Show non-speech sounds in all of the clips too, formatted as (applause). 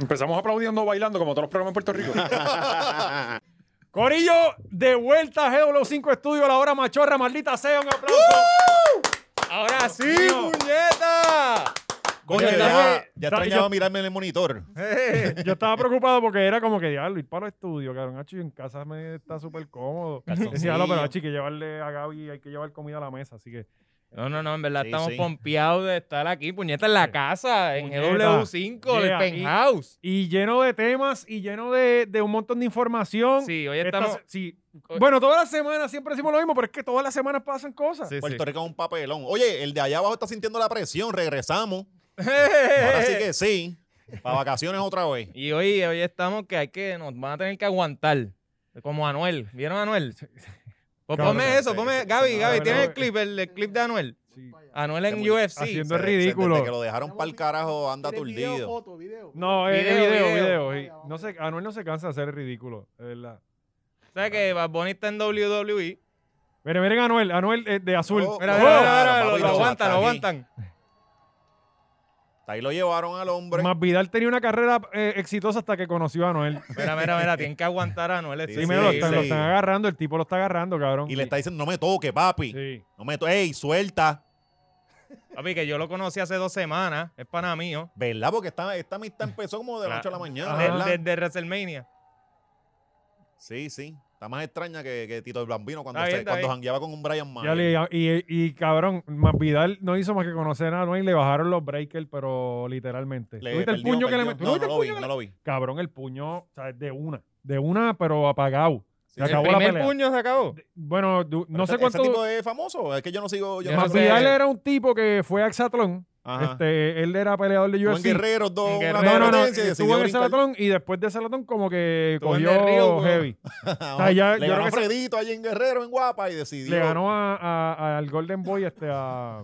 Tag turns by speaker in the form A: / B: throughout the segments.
A: Empezamos aplaudiendo, bailando, como todos los programas en Puerto Rico.
B: (laughs)
A: Corillo, de vuelta a GW5 Estudio, la hora machorra, maldita sea, un aplauso. Ahora sí,
B: (laughs)
A: puñeta.
C: Coño,
A: Oye,
C: ya,
A: dame-
C: ya
A: da-
C: extrañaba
A: yo-
C: mirarme en el monitor.
B: Eh, Yo estaba preocupado porque era como que, diablo, ir para el estudio, cabrón, achi, en casa me está súper cómodo.
D: Calzoncillo.
B: Decía, "Diablo, pero achi, que llevarle a Gaby, hay que llevar comida a la mesa, así que...
D: No, no, no, en verdad
C: Sí,
D: estamos
C: sí.
D: pompeados de estar aquí, puñeta en la casa, en
B: Puñeta. Yeah,
D: GW5, el penthouse.
B: Y lleno de temas y lleno de, de un montón de información.
D: Sí, hoy
B: Esta
D: estamos.
B: se- sí. Bueno, todas las semanas siempre decimos lo mismo, pero es que todas las semanas pasan cosas.
D: Sí, sí.
C: Puerto Rico es un papelón. Oye, el de allá abajo está sintiendo la presión. Regresamos. Ahora sí que sí. Para vacaciones otra
B: (laughs)
C: vez.
D: Y hoy, hoy estamos que hay que, nos van a tener que aguantar. Como Anuel. ¿Vieron a Anuel? (laughs) Pues
B: Cabrón,
D: ponme eso, ponme.
C: sí,
D: Gaby,
C: sí,
D: Gaby,
B: cabrón.
D: ¿tienes el clip, el, el clip de Anuel?
B: Sí.
D: Anuel en
C: Haciendo-
D: UFC.
B: haciendo-
C: Se-
B: Es
C: se-
B: ridículo.
C: Desde que lo dejaron para el carajo anda
E: ¿Quieres Video,
C: aturdido.
E: foto, video.
B: No, es
D: Video,
B: video, video.
D: video.
B: y no sé, Anuel no se cansa de hacer el ridículo, de verdad.
D: ¿Sabes que Bad Bunny está en WWE?
B: Miren, miren a Anuel, Anuel eh, de azul.
C: Oh,
D: Mira,
C: oh,
D: mira, mira,
C: claro,
D: mira, lo,
C: papi,
D: lo
C: lo
D: aguantan, lo
C: aguantan
D: aguantan.
C: Ahí lo llevaron al hombre.
B: Más Vidal tenía una carrera eh, exitosa hasta que conoció a Anuel.
D: Mira, mira, mira, tienen que aguantar a
C: (laughs)
D: Anuel. este
C: Sí,
B: Sí,
D: sí,
B: mira, lo,
D: sí.
B: están, lo están agarrando, el tipo lo está agarrando, cabrón.
C: Y le está diciendo, no me toque, papi.
B: Sí.
C: No me toque. Ey, suelta.
D: Papi, que yo lo conocí hace dos semanas, es pana mío.
C: ¿Verdad? Porque esta, esta amistad empezó como de las
D: Claro.
C: 8 de la mañana, ¿verdad?
D: Desde de WrestleMania.
C: Sí, sí. Está más extraña que, que Tito el Bambino cuando,
D: Está bien,
C: se-
D: está
C: cuando
D: bien.
C: jangueaba con un Brian
B: Ya
C: Mayer.
B: le- y, y, cabrón, Masvidal no hizo más que conocer a Anuel y le bajaron los breakers, pero literalmente.
C: Le
B: ¿Tú viste el
C: perdió,
B: puño que le
C: perdió.
B: metió?
C: No, no lo vi, no lo vi.
B: Cabrón, el puño, o sea, de una. De una, pero apagado. Se acabó
D: el
B: la
D: primer
B: pelea.
D: puño se acabó.
B: Bueno, du- no
C: Pero
B: sé
C: ese-
B: cuánto.
C: ¿Ese tipo es famoso? Es que yo no sigo... Yo
D: Yo
C: no
D: no
C: sé.
B: Masvidal era un tipo que fue a Hexatlón.
C: Ajá.
B: Este, él era peleador de
C: Estuvo
B: UFC.
C: en Guerrero, dos,
D: En
C: una
D: Guerrero.
B: no, no, no.
C: competencia y
B: Estuvo
C: decidió
B: en
C: brincar.
B: Hexatlón y después de Hexatlón, como que
D: Estuvo en
B: cogió
D: el Río,
C: pues,
D: güey.
B: heavy. O sea, ya-
C: le
B: yo creo
C: ganó a
B: que se-
C: Fredito allí en Guerrero, en Guapa, y decidió
B: Le ganó a- a- al Golden Boy, este, a.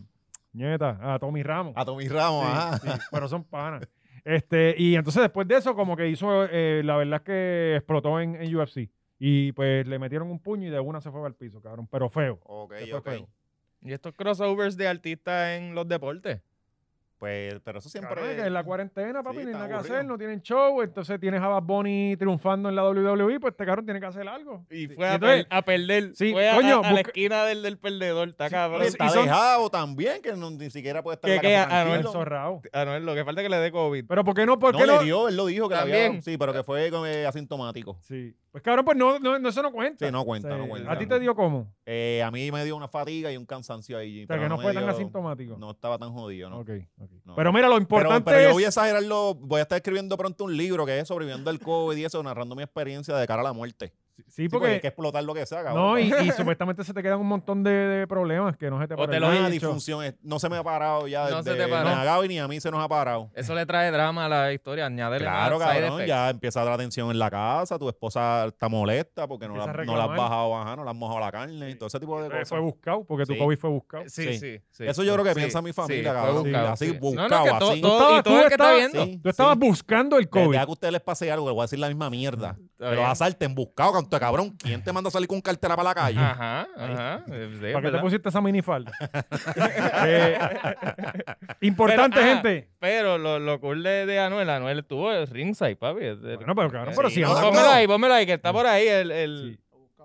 B: Nieta, a Tommy Ramos.
C: a Tommy Ramos.
B: Sí,
C: Ah, ajá.
B: sí, pero son panas. Este, y entonces después de eso, como que hizo, eh, la verdad es que explotó en, en UFC. Y pues le metieron un puño y de una se fue al piso, cabrón. Pero feo.
C: Ok,
B: Después
C: ok.
B: feo.
D: Y estos crossovers de artistas en los deportes.
C: Pues, pero eso siempre...
B: Cabrón, es que en la cuarentena, papi,
C: Sí,
B: no hay
C: está
B: nada que
C: aburrido.
B: hacer, no tienen show. Entonces tienes a Bad Bunny triunfando en la WWE, pues este cabrón tiene que hacer algo.
D: Y fue
B: Y
D: a,
B: entonces-
D: per- a perder.
B: Sí,
D: fue a-
B: coño,
D: a, a la
B: busca-
D: esquina del, del perdedor. Está cabrón.
C: Oye, está
B: y son-
C: dejado también, que no- ni siquiera puede estar en la
D: Que- que
C: casa
D: a- a
B: El
C: tranquilo.
B: zorrao.
D: Anuel, Ah, lo que falta es que le dé COVID.
B: Pero ¿por qué no? ¿Por
C: No
B: qué no?
C: le dio, él lo dijo que le había
D: También.
C: dado, Sí, pero que fue eh, asintomático.
B: Sí. Pues cabrón, pues no, no, no, eso no cuenta.
C: Sí, no cuenta,
B: O sea,
C: no cuenta.
B: ¿A ti te dio cómo?
C: Eh, a mí me dio una fatiga y un cansancio ahí.
B: O sea,
C: pero
B: que no
C: me
B: fue tan
C: dio-
B: asintomático.
C: No estaba tan jodido, ¿no?
B: Ok, ok.
C: No.
B: Pero mira, lo
C: Pero,
B: importante
C: pero yo
B: es...
C: voy a exagerarlo. Voy a estar escribiendo pronto un libro que es sobreviviendo al COVID y eso, narrando mi experiencia de cara a la muerte.
B: Sí,
C: Sí, porque hay que explotar lo que se haga.
B: No, y,
C: (laughs)
B: y supuestamente se te quedan un montón de, de problemas que no se te
D: O
B: paran.
D: te lo
B: Ah,
C: la
D: he
B: dicho.
C: disfunción es- no se me ha parado ya.
D: No se
C: desde-
D: te paró.
C: Ni a Gaby ni a mí se nos ha parado.
D: Eso le trae drama a la historia. Añádele
C: Claro,
D: más side
C: cabrón,
D: effects.
C: ya empieza la tensión en la casa, tu esposa está molesta porque no, la,
B: Empieza a
C: no la has
B: reclamar.
C: bajado, ajá, no la has mojado la carne, y todo ese tipo de
B: Eh,
C: cosas.
B: Fue buscado, porque tu
C: Sí. Eh,
B: COVID fue buscado.
D: Sí, sí,
C: Sí.
D: sí,
C: Eso yo creo que piensa mi familia, cabrón.
D: fue
C: Así,
D: sí.
C: buscado,
D: No, no, que to-
C: así.
B: Tú estabas-
D: todo- y todo el
B: tú
D: que está
B: estabas-
D: viendo.
C: Sí,
B: Tú estabas
C: sí.
B: buscando el
C: Desde
B: COVID.
C: que a ustedes les pase algo, les voy a decir la misma mierda.
D: Está
C: Pero
D: bien.
C: asalten, buscado, canto de cabrón. ¿Quién te manda a salir con cartera para la calle?
D: Ajá, ajá. eh, sí,
B: ¿Para qué te
D: ¿verdad?
B: pusiste esa
D: (laughs)
B: minifalda? Eh, importante,
D: Pero, ah,
B: gente.
D: Pero lo, lo cool de, de Anuel, Anuel estuvo el ringside, papi. Es de-
B: Bueno, pero cabrón, pero
C: Sí,
B: si
C: no,
B: hablando,
D: pónmelo ahí, pónmelo ahí, que está por ahí el...
B: sí.
D: el-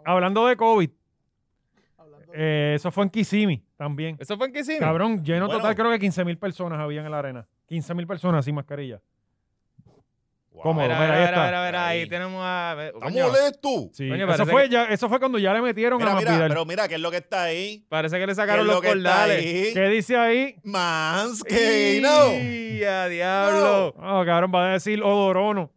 B: Hablando de COVID,
E: Hablando de-
B: eh, eso fue en Kissimmee también.
D: ¿Eso fue en Kissimmee?
B: Cabrón, lleno
C: Bueno.
B: total, creo que 15 mil personas habían en la arena. 15 mil personas sin mascarilla.
C: Wow.
B: ¿Cómo?
D: Mira,
B: Mira, ahí
D: mira,
B: está.
D: mira, mira, mira, ahí
C: Ahí.
D: tenemos a... ve-
C: ¡Está
D: coño,
C: molesto!
B: Sí.
D: Coño,
B: eso,
D: parece
B: fue
D: que-
B: ya, eso fue cuando ya le metieron
C: Mira,
B: a
C: mira,
B: Masvidal.
C: pero mira, ¿qué es lo que está ahí?
D: Parece que le
C: ¿Qué es
D: sacaron los
C: lo que está
D: (laughs) cordales.
C: ahí?
B: ¿Qué dice ahí?
C: Manscaino.
D: ¡Y a diablo!
B: Oh, cabrón, va a decir
D: (laughs)
B: odorono.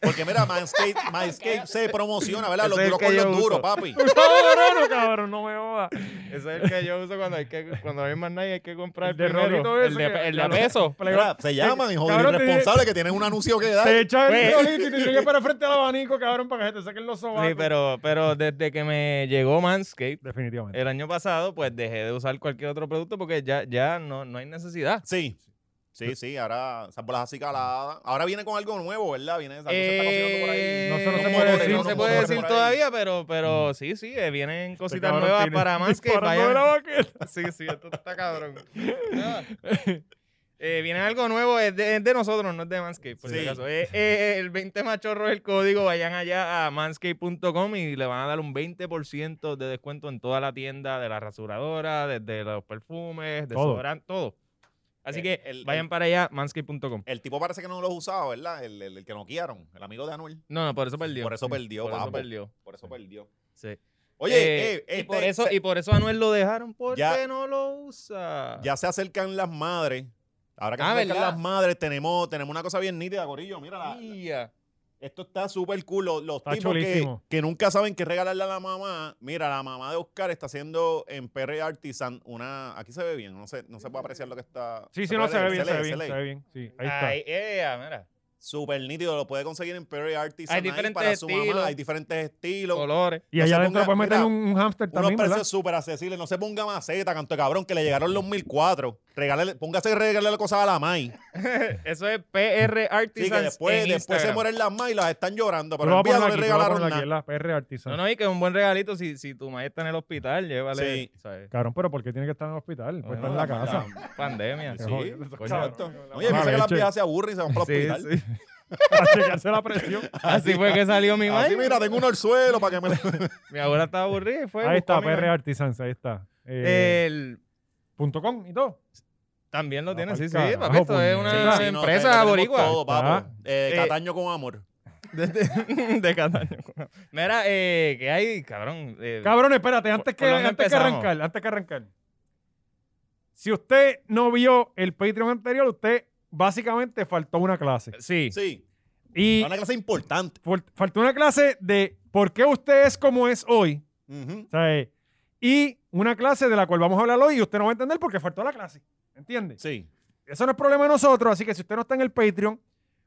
C: Porque mira, Manscape, Manscape se promociona, ¿verdad?
D: Ese
C: Los
D: es el
C: duros
D: que
C: con
D: yo
C: los
D: uso.
C: duros,
D: (laughs)
C: papi.
B: odorono, cabrón, no me jodas.
D: Ese es el que yo uso cuando hay que cuando hay más nadie hay que comprar el,
B: El de
D: primero.
B: rolito
D: el
B: ese
D: de,
B: que-
D: el de
B: claro. (laughs)
D: peso.
C: Mira, se llaman, hijo de
B: Cabrón, te-
C: irresponsable, que tienen un anuncio que dar.
B: Te echan el
D: Pues-
B: violito y te tienes que parar frente al abanico, cabrón, para que se te saquen los sobacos.
D: Sí, pero, pero desde que me llegó Manscaped
B: Definitivamente.
D: el año pasado, pues dejé de usar cualquier otro producto porque ya, ya no, no hay necesidad.
C: Sí. Sí, sí, ahora esas bolas así caladas. Ahora viene con algo nuevo, ¿verdad? Viene, algo se está cocinando por ahí.
D: Eh,
B: No, eso no
C: Unos
B: se puede
C: motores,
B: decir,
D: no
C: unos
D: se
B: no
D: puede
C: motores
D: decir
C: por ahí. Mm.
D: todavía, pero, pero sí, sí, eh, vienen
B: Este
D: cositas
B: cabrón (laughs)
D: nuevas
B: tiene-
D: para Manscaped.
B: disparando de
D: vayan-
B: la baqueta.
D: Sí, sí, esto está cabrón. Ah, Eh, viene algo nuevo, es de, es de nosotros, no es de Manscape, por si
C: Sí.
D: acaso. Eh, eh, el 20 machorro es el código, vayan allá a manscape.com y le van a dar un 20% de descuento en toda la tienda, de la rasuradora, desde los
B: Todo.
D: perfumes, desodorante, todo. Así
C: Eh,
D: que
C: el-
D: vayan
C: el-
D: para allá, manscape.com.
C: El tipo parece que no los usaba, ¿verdad? El, el- el que no noquearon, el amigo de Anuel.
D: No, no, por eso perdió.
C: Por eso perdió,
D: Por eso
C: papo.
D: perdió.
C: Por eso perdió.
D: Sí.
C: Oye,
D: Eh,
C: eh, este-
D: y, por eso, y por eso a Noel lo dejaron, porque
C: Ya-
D: no lo usa.
C: ya se acercan las madres. Ahora que
D: Ah,
C: se acercan
D: ¿verdad?
C: las madres, tenemos, tenemos una cosa bien nítida, Corillo. Mira, la-
D: Ya.
C: esto está súper cool. Los, los
B: Está
C: tipos que,
B: chulísimo.
C: que nunca saben qué regalarle a la mamá. Mira, la mamá de Oscar está haciendo en PR Artisan una. Aquí se ve bien, no sé, no se puede apreciar lo que está.
B: Sí, sí, no, se
C: puede
B: ve
C: leer?
B: bien, se ve
C: lee,
B: bien, se
C: lee.
B: ve bien. Sí, ahí está.
D: Ay, ea, mira.
C: Súper nítido, lo puede conseguir en Perry Artisan.
D: Hay
C: ahí
D: diferentes
C: para su
D: estilos.
C: mamá, hay diferentes estilos.
D: Colores.
B: Y
C: no se
B: allá adentro
C: ponga-
B: puedes meter
C: mira,
B: un, un hámster
C: Unos
B: también, ¿verdad?
C: precios súper accesibles. No se ponga maceta, canto de cabrón, que le llegaron los 1004. Regálele, póngase a regalarle cosas a la MAI.
D: Eso es PR
C: Sí, que
D: Artisans
C: después,
D: en
C: después se
D: Instagram.
C: mueren las MAI y las están llorando.
B: Tú lo
C: Pero
B: vas
C: el
B: a poner
C: día no le
B: aquí, tú lo vas a
C: regalaron
B: poner aquí
C: nada.
B: en la PR Artisan.
D: No, no, y que es un buen regalito si, si tu maestra está en el hospital, llévale.
C: Sí.
D: ¿sabes?
B: Cabrón, pero ¿por qué tiene que estar en el hospital? Pues está en la
C: Bueno,
B: casa.
D: (laughs) Pandemia.
C: Sí,
B: Joder, cabrón.
C: por supuesto.
B: La
C: Oye, piensa
B: mala
C: que las
B: leche.
C: viejas se aburren y se van para
D: Sí,
C: el hospital. Ah,
D: sí.
B: A checarse la presión.
D: Así fue que salió mi
C: Así,
D: madre.
C: mira, tengo uno al suelo para que
D: (laughs)
C: me... le-
D: Mi abuela estaba aburrida y fue.
B: Ahí
D: buscó a
B: está,
D: mi
B: PR
D: maíz.
B: Artisans, ahí está. Eh,
D: El-
B: punto com y todo.
D: También lo
B: Ah,
D: tiene,
B: pa'l
D: sí, sí.
B: carajo,
D: papi, esto es
B: puñeta.
D: una
C: Sí, sí, no,
D: empresa
C: tenemos
D: boricua.
C: todo, papo.
B: Ah.
C: Eh,
D: Eh,
C: Cataño con amor.
D: (laughs) De, de- de Cataño. Mira, eh, ¿qué hay, cabrón? Eh,
B: Cabrón, espérate,
D: ¿Por-
B: antes, que,
D: por dónde
B: antes que
D: empezamos?
B: arrancar, antes que arrancar. Si usted no vio el Patreon anterior, usted básicamente faltó una clase.
D: Sí.
C: Sí,
B: Y
C: una clase importante.
B: fal- faltó una clase de por qué usted es como es hoy.
C: Ujú.
B: O sea, eh, y una clase de la cual vamos a hablar hoy y usted no va a entender porque faltó la clase. ¿Entiende?
C: Sí.
B: Eso no es problema de nosotros, así que si usted no está en el Patreon,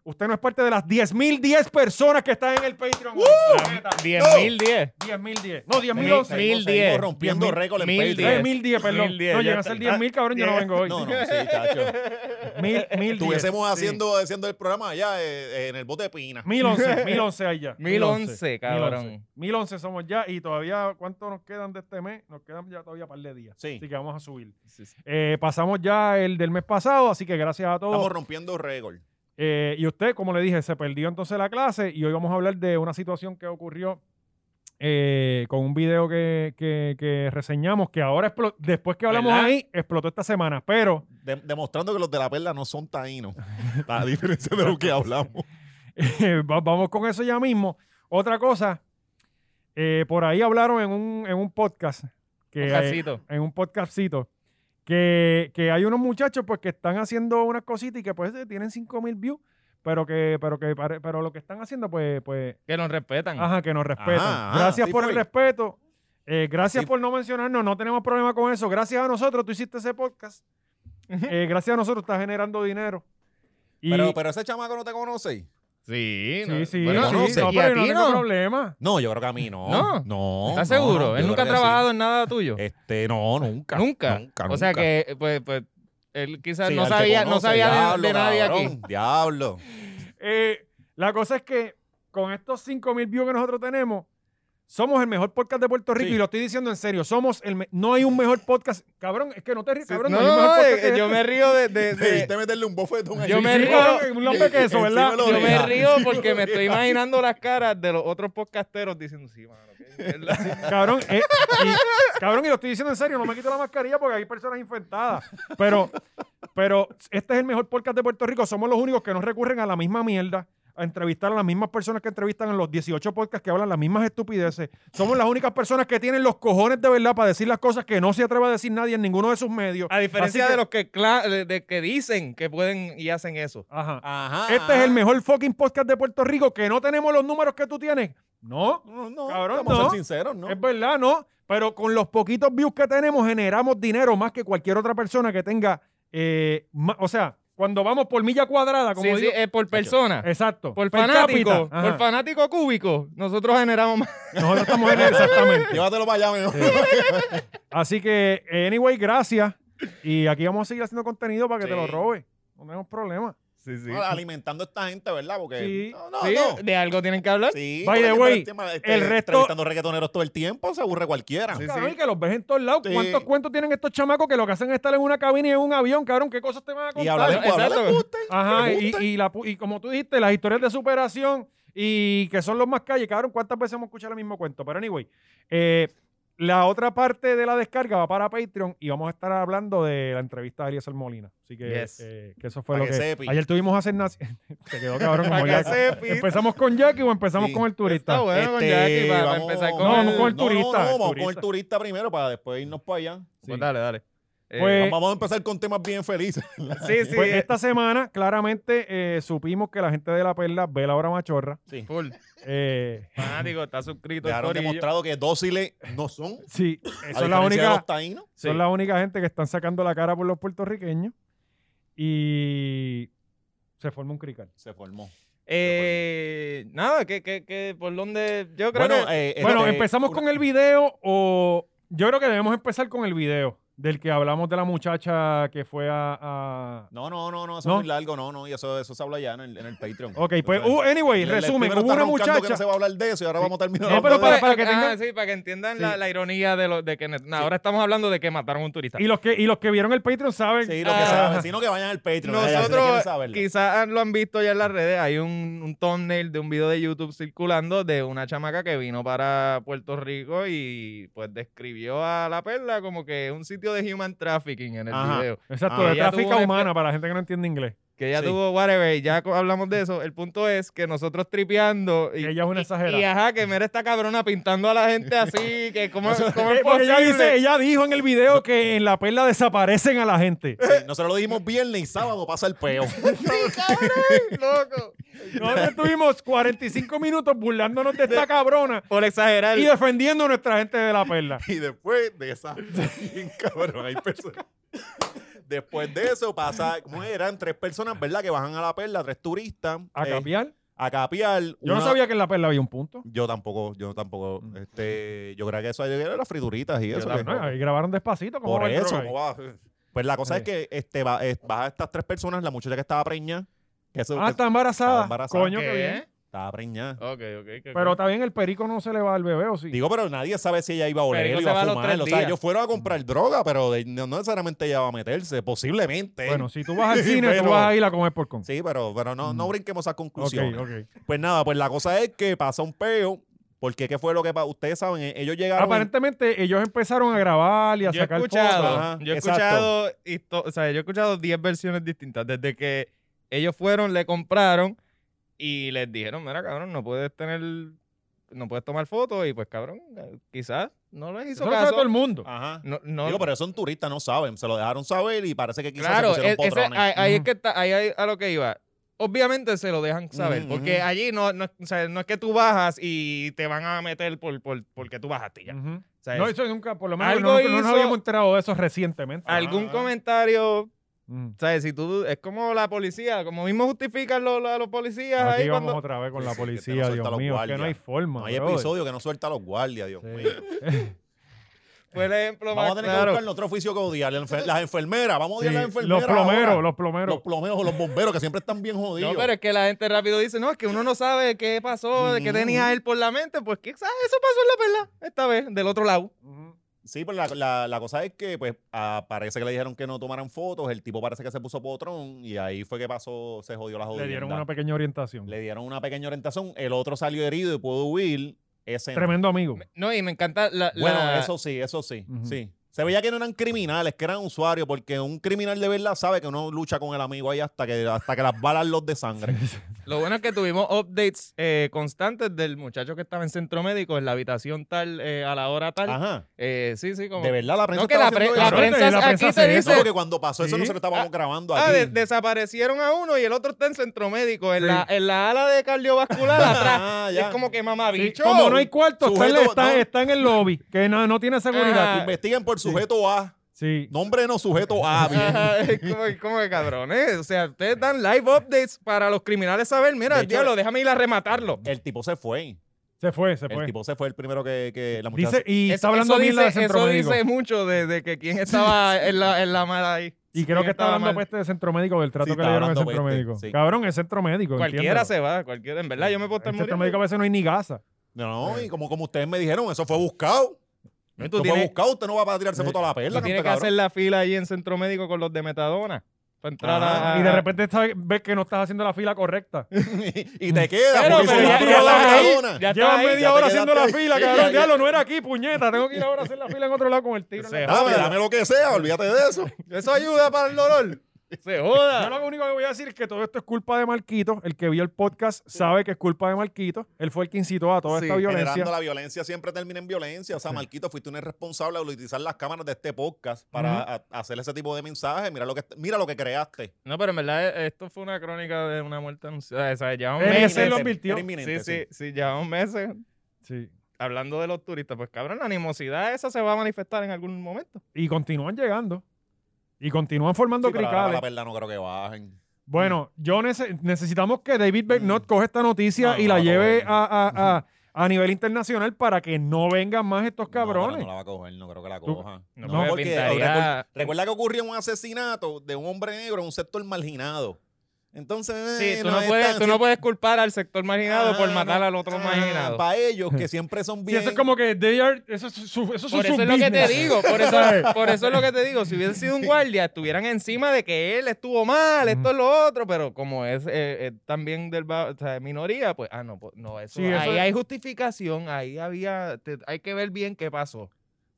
B: usted no es parte de las 10.010 personas que están en el Patreon. hoy. La neta,
D: 10.010.
B: 10.010. No,
C: Mil-
B: 10.012.
D: 1010.
C: seguimos- seguimos rompiendo
B: Mil-
C: récord en
D: mil
C: Patreon.
D: diez.
B: Eh, 10.010, perdón.
D: 1010,
B: no,
D: ya
B: llegan a ser
D: está.
B: 10.000, cabrón, yo no vengo hoy.
C: No, no, sí,
B: (laughs)
C: chacho.
D: (laughs)
B: Mil, mil
C: Estuviésemos haciendo, haciendo el programa allá eh, eh, en el bote de Pina.
B: Mil
C: (laughs)
B: once, mil once ahí ya.
D: 1011, cabrón.
B: Mil once somos ya y todavía, ¿cuánto nos quedan de este mes? Nos quedan ya todavía un par de días.
C: Sí.
B: Así que vamos a subir.
D: Sí, sí.
B: Eh, pasamos ya el del mes pasado, así que gracias a todos.
C: Estamos rompiendo récord.
B: Eh, y usted, como le dije, se perdió entonces la clase y hoy vamos a hablar de una situación que ocurrió eh, con un video que, que- que reseñamos, que ahora explo- después que hablamos
D: ¿Verdad?
B: ahí, explotó esta semana, pero (laughs)
C: De- demostrando que los de la perla no son taínos. A diferencia de lo que hablamos.
B: eh, va- vamos con eso ya mismo. Otra cosa, eh, por ahí hablaron en un, en un podcast, que,
D: Podcastito.
B: en un podcastcito, que, que hay unos muchachos pues que están haciendo unas cositas y que pues eh, tienen 5000 views, pero que, pero que pare- pero lo que están haciendo pues, pues
D: Que nos respetan.
B: Ajá, que nos respetan.
C: Mm. Ajá, ajá,
B: gracias
C: sí
B: por el
C: fue.
B: respeto. Eh, gracias
C: Sí.
B: por no mencionarnos. No tenemos problema con eso. Gracias a nosotros, tú hiciste ese podcast. Eh, gracias a nosotros, estás generando dinero. Y-
C: Pero, pero ese chamaco no te conoce.
D: Sí,
B: sí, sí,
C: bueno,
B: sí.
C: no
B: No,
C: sé.
D: ¿Y a
B: pero yo no
D: ti
B: tengo
D: no?
B: problema.
C: No, yo creo que a mí no.
D: No.
C: No.
D: ¿Estás
C: no,
D: seguro?
C: no,
D: Él
C: yo
D: nunca ha
C: creo que sí.
D: trabajado en nada tuyo.
C: Este, no, nunca.
D: nunca. O sea
C: nunca.
D: que, pues, pues, él quizás
C: Sí,
D: no
C: al que
D: sabía, no
C: conoce,
D: sabía de- de,
C: diablo,
D: nadie
C: cabrón,
D: aquí.
C: Diablo.
B: Eh, la cosa es que con estos 5000 views que nosotros tenemos, somos el mejor podcast de Puerto Rico.
C: Sí.
B: Y lo estoy diciendo en serio. Somos el me- No hay un mejor podcast. Cabrón, es que no te ríes, cabrón.
D: no,
B: hay un
D: no,
B: mejor
D: no,
B: podcast
D: eh,
B: que
D: yo
B: este.
D: me río de...
C: (laughs)
D: de- de-
C: Debiste meterle un bofetón ahí.
D: yo me
B: Sí,
D: río.
B: cabrón, un hombre que eso,
C: Encima
B: ¿verdad?
C: de la
D: yo me
C: oreja.
D: río porque me estoy imaginando las caras de los otros podcasteros diciendo, sí, (laughs) mano, qué mierda".
B: Cabrón, eh, y, cabrón, y lo estoy diciendo en serio, no me quito la mascarilla porque hay personas infectadas. Pero, pero este es el mejor podcast de Puerto Rico. Somos los únicos que no recurren a la misma mierda, a entrevistar a las mismas personas que entrevistan en los 18 podcasts que hablan las mismas estupideces. Somos las únicas personas que tienen los cojones de verdad para decir las cosas que no se atreve a decir nadie en ninguno de sus medios.
D: A diferencia
B: Así que-
D: de los que, cla- de, de que dicen que pueden y hacen eso.
B: Ajá.
C: Ajá.
B: Este es el mejor fucking podcast de Puerto Rico que no tenemos los números que tú tienes. No,
C: No, no,
B: Cabrón,
C: vamos a
B: no.
C: ser sinceros, ¿no? (laughs)
B: Es verdad, ¿no? Pero con los poquitos views que tenemos generamos dinero más que cualquier otra persona que tenga, eh, ma- o sea, cuando vamos por milla cuadrada, como
D: Sí, sí,
B: digo,
D: eh, por persona.
B: exacto,
D: Por
B: per
D: fanático,
B: cápita, ajá.
D: por fanático cúbico, nosotros generamos más.
B: Nosotros estamos en
D: (laughs)
B: el- exactamente.
C: Llévatelo para allá, mejor.
B: Así que, anyway, gracias. Y aquí vamos a seguir haciendo contenido para que te
C: Sí.
B: lo robe. No tenemos problema.
D: Sí, sí.
C: Bueno, (laughs) alimentando a esta gente, ¿verdad? Porque.
B: Sí.
C: No, no,
D: Sí,
C: no.
D: De algo tienen que hablar.
C: Sí,
B: By
C: porque
B: the
C: siempre
B: way,
C: el, tema,
B: el resto-
C: este, Entrevistando reggaetoneros todo el tiempo, se aburre cualquiera.
D: Sí,
B: Cabrón, y que los ves en todos lados.
C: Sí.
B: ¿Cuántos cuentos tienen estos chamacos que lo que hacen es estar en una cabina y en un avión, cabrón? ¿Qué cosas te van a
C: Y
B: contar?
C: hablar
D: Exacto.
C: hablar les gusta.
B: Ajá,
C: me
B: y,
C: gusta.
B: y la pu- y como tú dijiste, las historias de superación y que son los más calles, cabrón, ¿cuántas veces hemos escuchado el mismo cuento? Pero anyway, eh, la otra parte de la descarga va para Patreon y vamos a estar hablando de la entrevista de Eliezer Molina. Así que,
D: Yes.
B: eh, que eso fue
C: Pa'
B: lo
C: que
B: que...
C: sepi.
B: Ayer tuvimos a (laughs) Cernas... Te quedó cabrón como
D: Pa' que
B: Jackie.
D: sepi.
B: ¿Empezamos con Jackie o empezamos
C: Sí.
B: con el turista?
D: Está bueno con
C: Este,
D: Jackie para- para
C: vamos-
D: empezar con
B: No,
D: el-
B: no, con el
C: no,
B: turista,
C: no, vamos
B: turista.
C: con el turista primero para después irnos para allá.
D: Pues dale, dale. Eh,
B: Pues-
C: Vamos a empezar con temas bien (laughs) felices.
D: sí, sí.
B: Pues
D: eh,
B: esta semana claramente eh, supimos que la gente de La Perla ve la hora machorra.
D: full.
B: Eh,
D: Fanático, está suscrito. el
C: Dejaron
D: corillo.
C: demostrado que dóciles no son.
B: sí, eh,
C: A
B: son
C: diferencia
B: la
C: de
B: única...
C: los taínos.
D: Sí.
B: Son la única gente que están sacando la cara por los puertorriqueños. Y se forma un crical.
C: Se formó.
D: Eh, nada, que, que, que por donde yo creo que...
C: eh,
B: bueno,
C: este,
B: empezamos
C: una-
B: con el video o yo creo que debemos empezar con el video del que hablamos de la muchacha que fue a... a-
C: No, no, no, no, eso
B: ¿No?
C: es muy largo, no, no, y eso, eso se habla ya en el, en el Patreon.
B: Ok, pues,
C: Entonces,
B: uh, anyway,
C: el- el
B: resumen,
C: primero
B: hubo
C: está
B: una
C: roncando que
B: muchacha...
C: no se va a hablar de eso y ahora vamos a terminar.
B: No,
C: hablando
B: pero para-
C: de-
B: para que
D: Ah,
B: tengan-
D: sí, para que entiendan
B: Sí.
D: la, la ironía de lo de que... na- Ahora estamos hablando de que mataron a un turista.
B: Y los, que, y los que vieron el Patreon saben...
C: Sí, lo que
D: Ah.
C: saben, sino que vayan al Patreon. ya, ya, si quieren
D: Nosotros
C: saberlo.
D: quizás lo han visto ya en las redes. Hay un, un thumbnail de un video de YouTube circulando de una chamaca que vino para Puerto Rico y pues describió a La Perla como que un sitio de human trafficking en el
C: Ajá.
D: video.
B: Exacto,
D: Ah,
B: de
D: ella tuvo
B: tráfica
D: una-
B: humana para la gente que no entiende inglés.
D: Que ella
C: Sí.
D: tuvo whatever, y ya co- hablamos de eso. El punto es que nosotros tripeando y,
B: Que ella es una
D: y-
B: exagerada.
D: y ajá, que mira esta cabrona pintando a la gente así, que cómo, cómo es
B: Eh, Porque
D: posible.
B: ella,
D: (laughs)
B: dice, ella dijo en el video que en la perla desaparecen a la gente.
C: Sí, nosotros lo dijimos viernes y sábado pasa el peo.
D: Cabrón, loco.
B: Nosotros estuvimos 45 minutos burlándonos de esta cabrona
D: Por exagerar.
B: y defendiendo a nuestra gente de la perla.
C: y después de esa. bien cabrón, hay personas. Después de eso pasa, ¿cómo eran? Tres personas, ¿verdad? Que bajan a la perla, tres turistas.
B: A
C: eh,
B: cambiar.
C: a capiar.
B: Yo no
C: una-
B: sabía Mm. que en la perla había un punto.
C: Yo tampoco, yo tampoco. Este, yo creo que eso era las frituritas y eso. que-
B: No, ahí grabaron despacito. ¿cómo
C: Por
B: va a entrar
C: eso,
B: ahí? Eh.
C: ¿cómo va? Pues la cosa es que este, va, es- baja estas tres personas, la muchacha que estaba preñada. Que eso-
B: Ah,
C: que
B: está embarazada.
C: Está embarazada.
B: Coño, qué
D: ¿Qué?
B: bien.
C: Estaba preñada.
D: Ok, ok. qué
B: Pero está bien, el perico no se le va al bebé, ¿o sí?
C: Digo, pero nadie sabe si ella iba a
D: Pero
C: oler,
D: eso se
C: iba
D: va a
C: a
D: los
C: fumar.
D: tres
C: O sea,
D: días.
C: ellos fueron a comprar droga, pero de- no no necesariamente ella va a meterse, posiblemente.
B: Bueno, si tú
C: (laughs)
B: vas al cine, tú
C: Pero-
B: vas a ir a comer por con.
C: Sí, pero, pero no, no
B: Mm.
C: brinquemos a
B: ok,
C: conclusión.
B: ok.
C: Pues nada, pues la cosa es que pasa un peo. Porque qué fue lo que pa- ustedes saben, eh, ellos llegaron.
B: Ah, Aparentemente, ellos empezaron a grabar y a
D: yo he
B: sacar
D: escuchado,
B: fotos.
C: Ajá,
D: yo he
C: exacto.
D: escuchado, histo- o sea, yo he escuchado 10 versiones distintas desde que ellos fueron, le compraron y les dijeron, mira, cabrón, no puedes tener, no puedes tomar fotos y pues, cabrón, eh, quizás no les hizo
B: Eso lo sabe
D: caso.
B: todo el mundo.
D: Ah,
C: Ajá.
D: No, no-
C: Digo, pero son turistas, no saben. Se lo dejaron saber y parece que quizás se
D: claro,
C: pusieron
D: e- ese-
C: potrones.
D: ahí, ahí es
B: Ujú.
D: que está, ahí, ahí a lo que iba. Obviamente se lo dejan saber,
C: Ujú,
D: porque
C: ujú.
D: allí no, no, o sea, no es que tú bajas y te van a meter por, por- porque tú bajaste ya.
B: Ujú.
D: O sea,
B: No,
D: es-
B: eso nunca, por lo menos
D: Algo
B: no, no nos
D: hizo-
B: habíamos enterado de eso recientemente.
D: algún
C: Ah.
D: comentario
B: Mm.
D: ¿Sabes? Si tú, es como la policía, como mismo justifican lo- lo- a los policías
B: Aquí
D: ahí
B: vamos
D: cuando...
B: otra vez con
C: Sí,
B: la
C: sí, que te lo
B: policía,
C: suelta
B: Dios
C: los
B: mío, es que no
C: guardias.
B: hay forma.
C: No hay
B: brother.
C: episodio que no suelta a los guardias, Dios mío.
B: Sí.
D: Por ejemplo,
C: Vamos a
D: más
C: tener que
D: claro.
C: buscarle otro oficio que odiar. Las enfer- Las enfermeras, vamos a odiar
B: Sí,
C: las
B: Los
C: enfermeras.
B: plomeros,
C: ahora.
B: los plomeros.
C: Los plomeros o los bomberos que siempre están bien jodidos.
D: No, pero es que la gente rápido dice, no, es que uno no sabe qué pasó, qué
C: Ujú.
D: tenía él por la mente. Pues quizás eso pasó en la perla, esta vez, del otro lado.
B: Ujú.
C: Sí, pero la, la- la cosa es que, pues, ah, parece que le dijeron que no tomaran fotos. El tipo parece que se puso potrón y ahí fue que pasó, se jodió la jodida.
B: Le dieron una pequeña orientación.
C: pequeña orientación. El otro salió herido y pudo huir. Ese no.
B: Tremendo amigo.
D: No, y me encanta la...
C: Bueno,
D: la-
C: eso sí, eso sí,
B: Ujú.
C: sí. Se veía que no eran criminales, que eran usuarios, porque un criminal de verdad sabe que uno lucha con el amigo ahí hasta que, hasta que las balas los de sangre.
D: Lo bueno es que tuvimos updates eh, constantes del muchacho que estaba en centro médico, en la habitación tal, eh, a la hora tal.
C: Ajá.
D: Eh, sí, sí, como...
C: De verdad, la prensa
D: no, que
C: estaba
D: la,
C: haciendo
D: pre-
C: eso.
D: la
B: cabrón,
D: prensa
B: la prensa
D: aquí
B: hace
D: te
B: eso.
D: dice...
C: No, porque cuando pasó eso
B: Sí.
C: nosotros estábamos grabando
D: Ah,
C: aquí.
D: de- desaparecieron a uno y el otro está en centro médico, en,
B: Sí.
D: la, en la ala de cardiovascular
C: Ah,
D: atrás.
C: ya.
D: es como que mamá
B: Sí,
D: bicho.
B: como no hay cuarto, está, en la-
C: Sujeto,
B: está-
C: no.
B: está en el lobby, que no, no tiene seguridad.
D: Ajá.
C: Investiguen por sujeto A.
B: Sí.
C: Nombre no, sujeto A. bien.
D: Ajá, es como, es como que cabrones. O sea, ustedes dan live updates para los criminales saber, mira,
C: De hecho,
D: diablo, déjame ir a rematarlo.
C: El tipo se fue.
B: Se fue, se
C: El
B: fue.
C: tipo se fue el primero que, que la muchacha.
B: Dice, y
D: Eso-
B: está hablando
D: eso
B: bien de
D: dice,
B: centro
D: eso
B: médico. (laughs)
D: dice mucho de, de que quién estaba en la, en la mala ahí.
B: Y creo
D: ¿Quién
B: que está
D: estaba
B: hablando pues,
D: mal?
B: peste del centro médico, del trato
C: Sí,
B: que
C: estaba
B: le dieron al
C: hablando
B: centro
C: peste,
B: médico.
C: sí.
B: Cualquiera el centro médico.
D: Cualquiera
B: entiéndelo.
D: se va, cualquiera. En verdad, yo me puedo estar
B: El centro médico
D: muriendo.
B: a veces no hay ni gasa.
C: No, y como, como ustedes me dijeron, eso fue buscado.
D: No, Eh. tú
C: Eso fue
D: tienes-
C: buscado, usted no va a tirarse
B: Sí.
C: foto a la perla.
D: Tú tienes
C: canto
D: que
C: cabrón.
D: hacer la fila ahí en centro médico con los de metadona. Para entrar
C: Ah,
D: a.
B: Y de repente sabes- ves que no estás haciendo la fila correcta.
C: (laughs) y te queda,
D: Pero,
C: porque
D: pero
C: se
D: ya-
C: la tiró
D: ya
C: a la
D: estás ahí,
C: cabrona.
D: ya estás
B: Llevas
D: ahí.
B: media
C: ya te
B: hora haciendo la
C: quedaste ahí.
B: fila,
C: Ya,
B: cabrón.
C: ya.
B: Ya lo no era aquí, puñeta. Tengo que ir ahora a hacer la fila en otro lado con el tiro. en la
D: Se
B: cara.
C: Dame, dame lo que sea, olvídate de eso.
D: (laughs) Eso ayuda para el dolor. Se
B: Yo
D: joda.
B: lo único que voy a decir es que todo esto es culpa de Marquito. El que vio el podcast sabe que es culpa de Marquito. Él fue el que incitó a toda
D: Sí,
B: esta violencia.
C: Generando la violencia siempre termina en violencia. O sea, Marquito, fuiste un irresponsable al utilizar las cámaras de este podcast para a- hacer ese tipo de mensajes. Mira lo que, mira lo que creaste.
D: No, pero en verdad, eh, esto fue una crónica de una muerte anunciada. O sea, llevamos
B: Eh,
D: meses.
B: ese lo
C: Era
B: advirtió.
C: inminente,
D: Sí, sí, sí, llevamos meses
B: Sí.
D: hablando de los turistas. Pues cabrón, la animosidad esa se va a manifestar en algún momento.
B: Y continúan llegando. Y continúan formando
C: Sí, pero ahora
D: ¿eh?
B: cricales.
C: la perla no creo que bajen.
B: Bueno, yo nece- necesitamos que David Becknott
C: Mm.
B: coja esta noticia
C: No,
B: y
C: no
B: la
C: la
B: lleve
C: cogen.
B: a, a- a- a nivel internacional para que no vengan más estos
C: No, pero
B: cabrones.
C: No, la va a coger, no creo que la
B: Tú-
C: coja.
D: No,
B: No,
D: me
C: porque
D: Pues pintaría-
C: Recuerda que ocurrió un asesinato de un hombre negro en un sector marginado. Entonces,
D: Sí, tú
C: eh,
D: no,
C: es
D: puedes,
C: tan-
D: tú no puedes culpar al sector marginado por
C: Ah,
D: matar
C: no.
D: al otro
C: Ah,
D: marginado.
C: Para ellos
D: (laughs)
C: que siempre son
B: Sí,
C: bien.
B: eso es como que they are- eso es su, eso es su
D: Por eso es lo que
B: subbusiness.
D: te digo, por eso, por eso es lo que te digo. Si hubiese sido un guardia, estuvieran encima de que él estuvo mal, esto es lo otro, pero como es eh, eh, también del ba- o sea, de minoría, pues, ah, no, pues, no, eso,
B: Sí, eso
D: ahí
B: es-
D: hay justificación, ahí había, te- hay que ver bien qué pasó.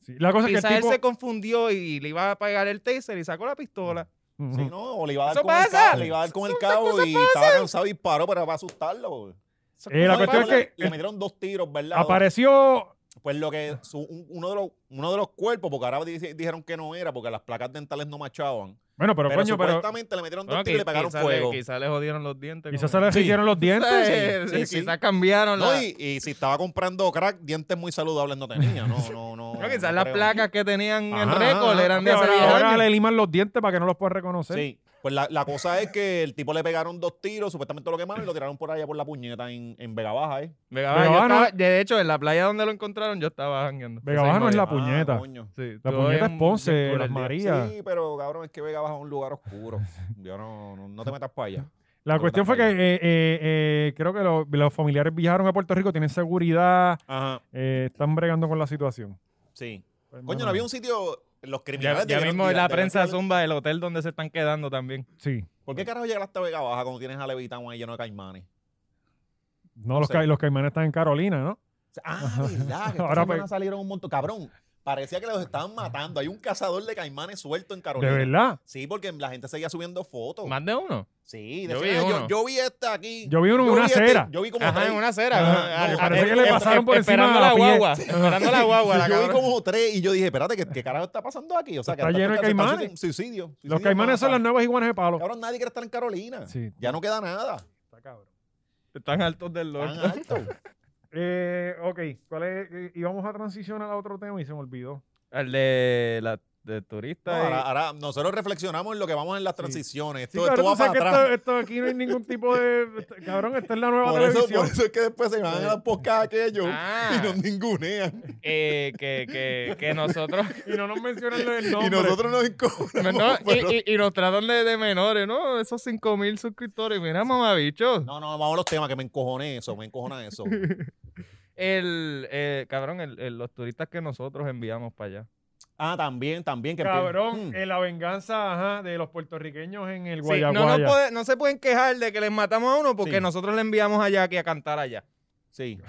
B: Sí, la cosa es que
D: Quizás
B: el
D: él
B: tipo...
D: se confundió y le iba a pagar el taser y sacó la pistola.
B: Ujú.
C: Sí, no, o le iba a dar
D: Eso
C: con el
D: pasa.
C: cabo, le iba a dar con el
D: Son-
C: cabo y estaba cansado y disparó para, para asustarlo.
D: Eso
B: Eh, la
C: No, y
B: cuestión
C: Pablo
B: es que
C: le, le metieron dos tiros, ¿verdad?
B: apareció...
C: Pues lo que su- un- uno, de los, uno de los cuerpos, porque ahora dice- dijeron que no era, porque las placas dentales no machaban.
B: Bueno, pero,
C: Pero,
B: coño, pero
C: supuestamente le metieron dos
D: Bueno,
C: tiros y
D: qui-
C: le pegaron
D: quizás
C: fuego.
D: Le, quizás le jodieron los dientes.
B: quizás se
D: como-
B: le
C: Sí.
B: hicieron los dientes.
D: (laughs) Eh,
C: Sí, sí.
D: Quizás (laughs) cambiaron
C: No,
D: la-
C: y, y si estaba comprando crack, dientes muy saludables no tenía. No, no, no.
D: No, quizás
C: no
D: las
C: creo.
D: placas que tenían en
C: Ajá,
D: el récord
C: ajá.
D: eran de
B: Ahora,
D: hace 10
B: ahora
D: años.
B: le liman los dientes para que no los pueda reconocer.
C: Sí. Pues la, la cosa es que el tipo le pegaron dos tiros, supuestamente lo quemaron y lo tiraron por allá por la puñeta en, en Vega Baja, ¿eh?
D: Vega Baja,
B: Vega
D: yo
B: Baja no-
D: estaba- de hecho, en la playa donde lo encontraron, yo estaba jangueando.
B: Vega
D: Ese
B: Baja no
D: mismo
B: es la
D: día.
B: puñeta.
C: Ah, coño.
D: Sí,
B: La
D: todo
B: puñeta es
D: bien- bien
B: Ponce,
D: cool
B: Las
D: el día.
B: Marías.
C: Sí, pero cabrón, es que Vega Baja es un lugar oscuro. Yo no, no, no te metas para allá.
B: La
C: Pero
B: cuestión fue que
C: tampoco.
B: eh, eh, eh, creo que lo- los familiares viajaron a Puerto Rico, tienen seguridad,
C: Ajá,
B: eh, están bregando con la situación.
C: sí. Coño, no había un sitio. Los
D: Ya,
C: criminales.
D: ya
C: debieron
D: mismo
C: tirar-
D: la
C: debieron
D: prensa
C: tirar-
D: zumba del hotel donde se están quedando también.
B: Sí.
C: ¿Por qué carajo llegar hasta Vega Baja cuando tienes a Levitán ahí lleno de caimanes?
B: No, los,
C: Sí.
B: ca- los caimanes están en Carolina, ¿no?
C: O sea, Ah,
B: (laughs)
C: verdad. que esta
B: Ahora,
C: semana
B: pues-
C: salieron un montón. Cabrón, parecía que los estaban matando. Hay un cazador de caimanes suelto en
B: De
C: Carolina.
B: verdad.
C: Sí, porque la gente seguía subiendo fotos.
D: Oh. Más de uno.
C: Sí,
D: Yo
C: decían,
D: vi
C: "Ah, yo,
D: uno.
C: yo vi esta aquí.
B: Yo vi uno en
C: Yo
B: una
C: este-
B: acera.
C: yo vi como
D: Ajá,
C: tres.
D: en una acera.
B: Ajá,
D: Al-
B: como
D: al-
B: parece
D: al-
B: que le
D: esp-
B: pasaron por encima
D: Esperando
B: de la
D: la
B: piel.
D: guagua. Esperando la guagua. (laughs) la
C: yo vi
D: cabrona.
C: como tres y yo dije, espérate, ¿qué, qué carajo está pasando aquí? O sea, que
B: Está
C: hasta
B: lleno de
C: esto- esto es un
B: caimanes.
C: Suicidio.
B: Los
C: suicidio
B: caimanes son las
C: mata.
B: nuevas iguanas de palo.
C: Cabrón, nadie quiere estar en Carolina.
B: Sí.
C: Ya no queda nada.
B: Está cabrón.
D: Están altos del
C: Tan
D: lord. (laughs)
C: alto.
B: Eh, ok, ¿cuál es? eh, íbamos a transicionar a otro tema y se me olvidó.
D: El de la de
C: No,
D: turista. y-
C: ahora, ahora nosotros reflexionamos en lo que vamos en las transiciones.
B: Sí,
C: Esto,
B: claro,
C: esto
B: tú
C: va
B: sabes que
C: para atrás.
B: esto, esto aquí no hay ningún tipo de... esto- Cabrón, esta es la nueva
C: Por eso,
B: televisión. Eh.
C: por eso es que después se van a dar podcast aquellos
D: Ah.
C: y nos
B: (laughs)
C: ningunean.
D: eh, que, que, que nosotros.
B: Y no nos mencionan el nombre.
C: Y nosotros nos encojonamos.
D: (laughs) No,
C: pero-
D: y, y, y nos tratan de, de menores, ¿no? Esos 5 mil suscriptores. Mira, mamabichos.
C: No, no, vamos a los temas que me encojoné eso, me encojona
B: (laughs)
C: eso.
D: El, eh, cabrón, el, el- los turistas que nosotros enviamos para allá.
C: Ah, también, también. Que empie-
B: Cabrón, eh.
C: Mm.
B: en la venganza ajá, de los puertorriqueños en el
D: Sí, no,
B: Guayaguaya.
D: no, puede- no se pueden quejar de que les matamos a uno porque
C: Sí.
D: nosotros le enviamos allá aquí a cantar allá.
C: Sí,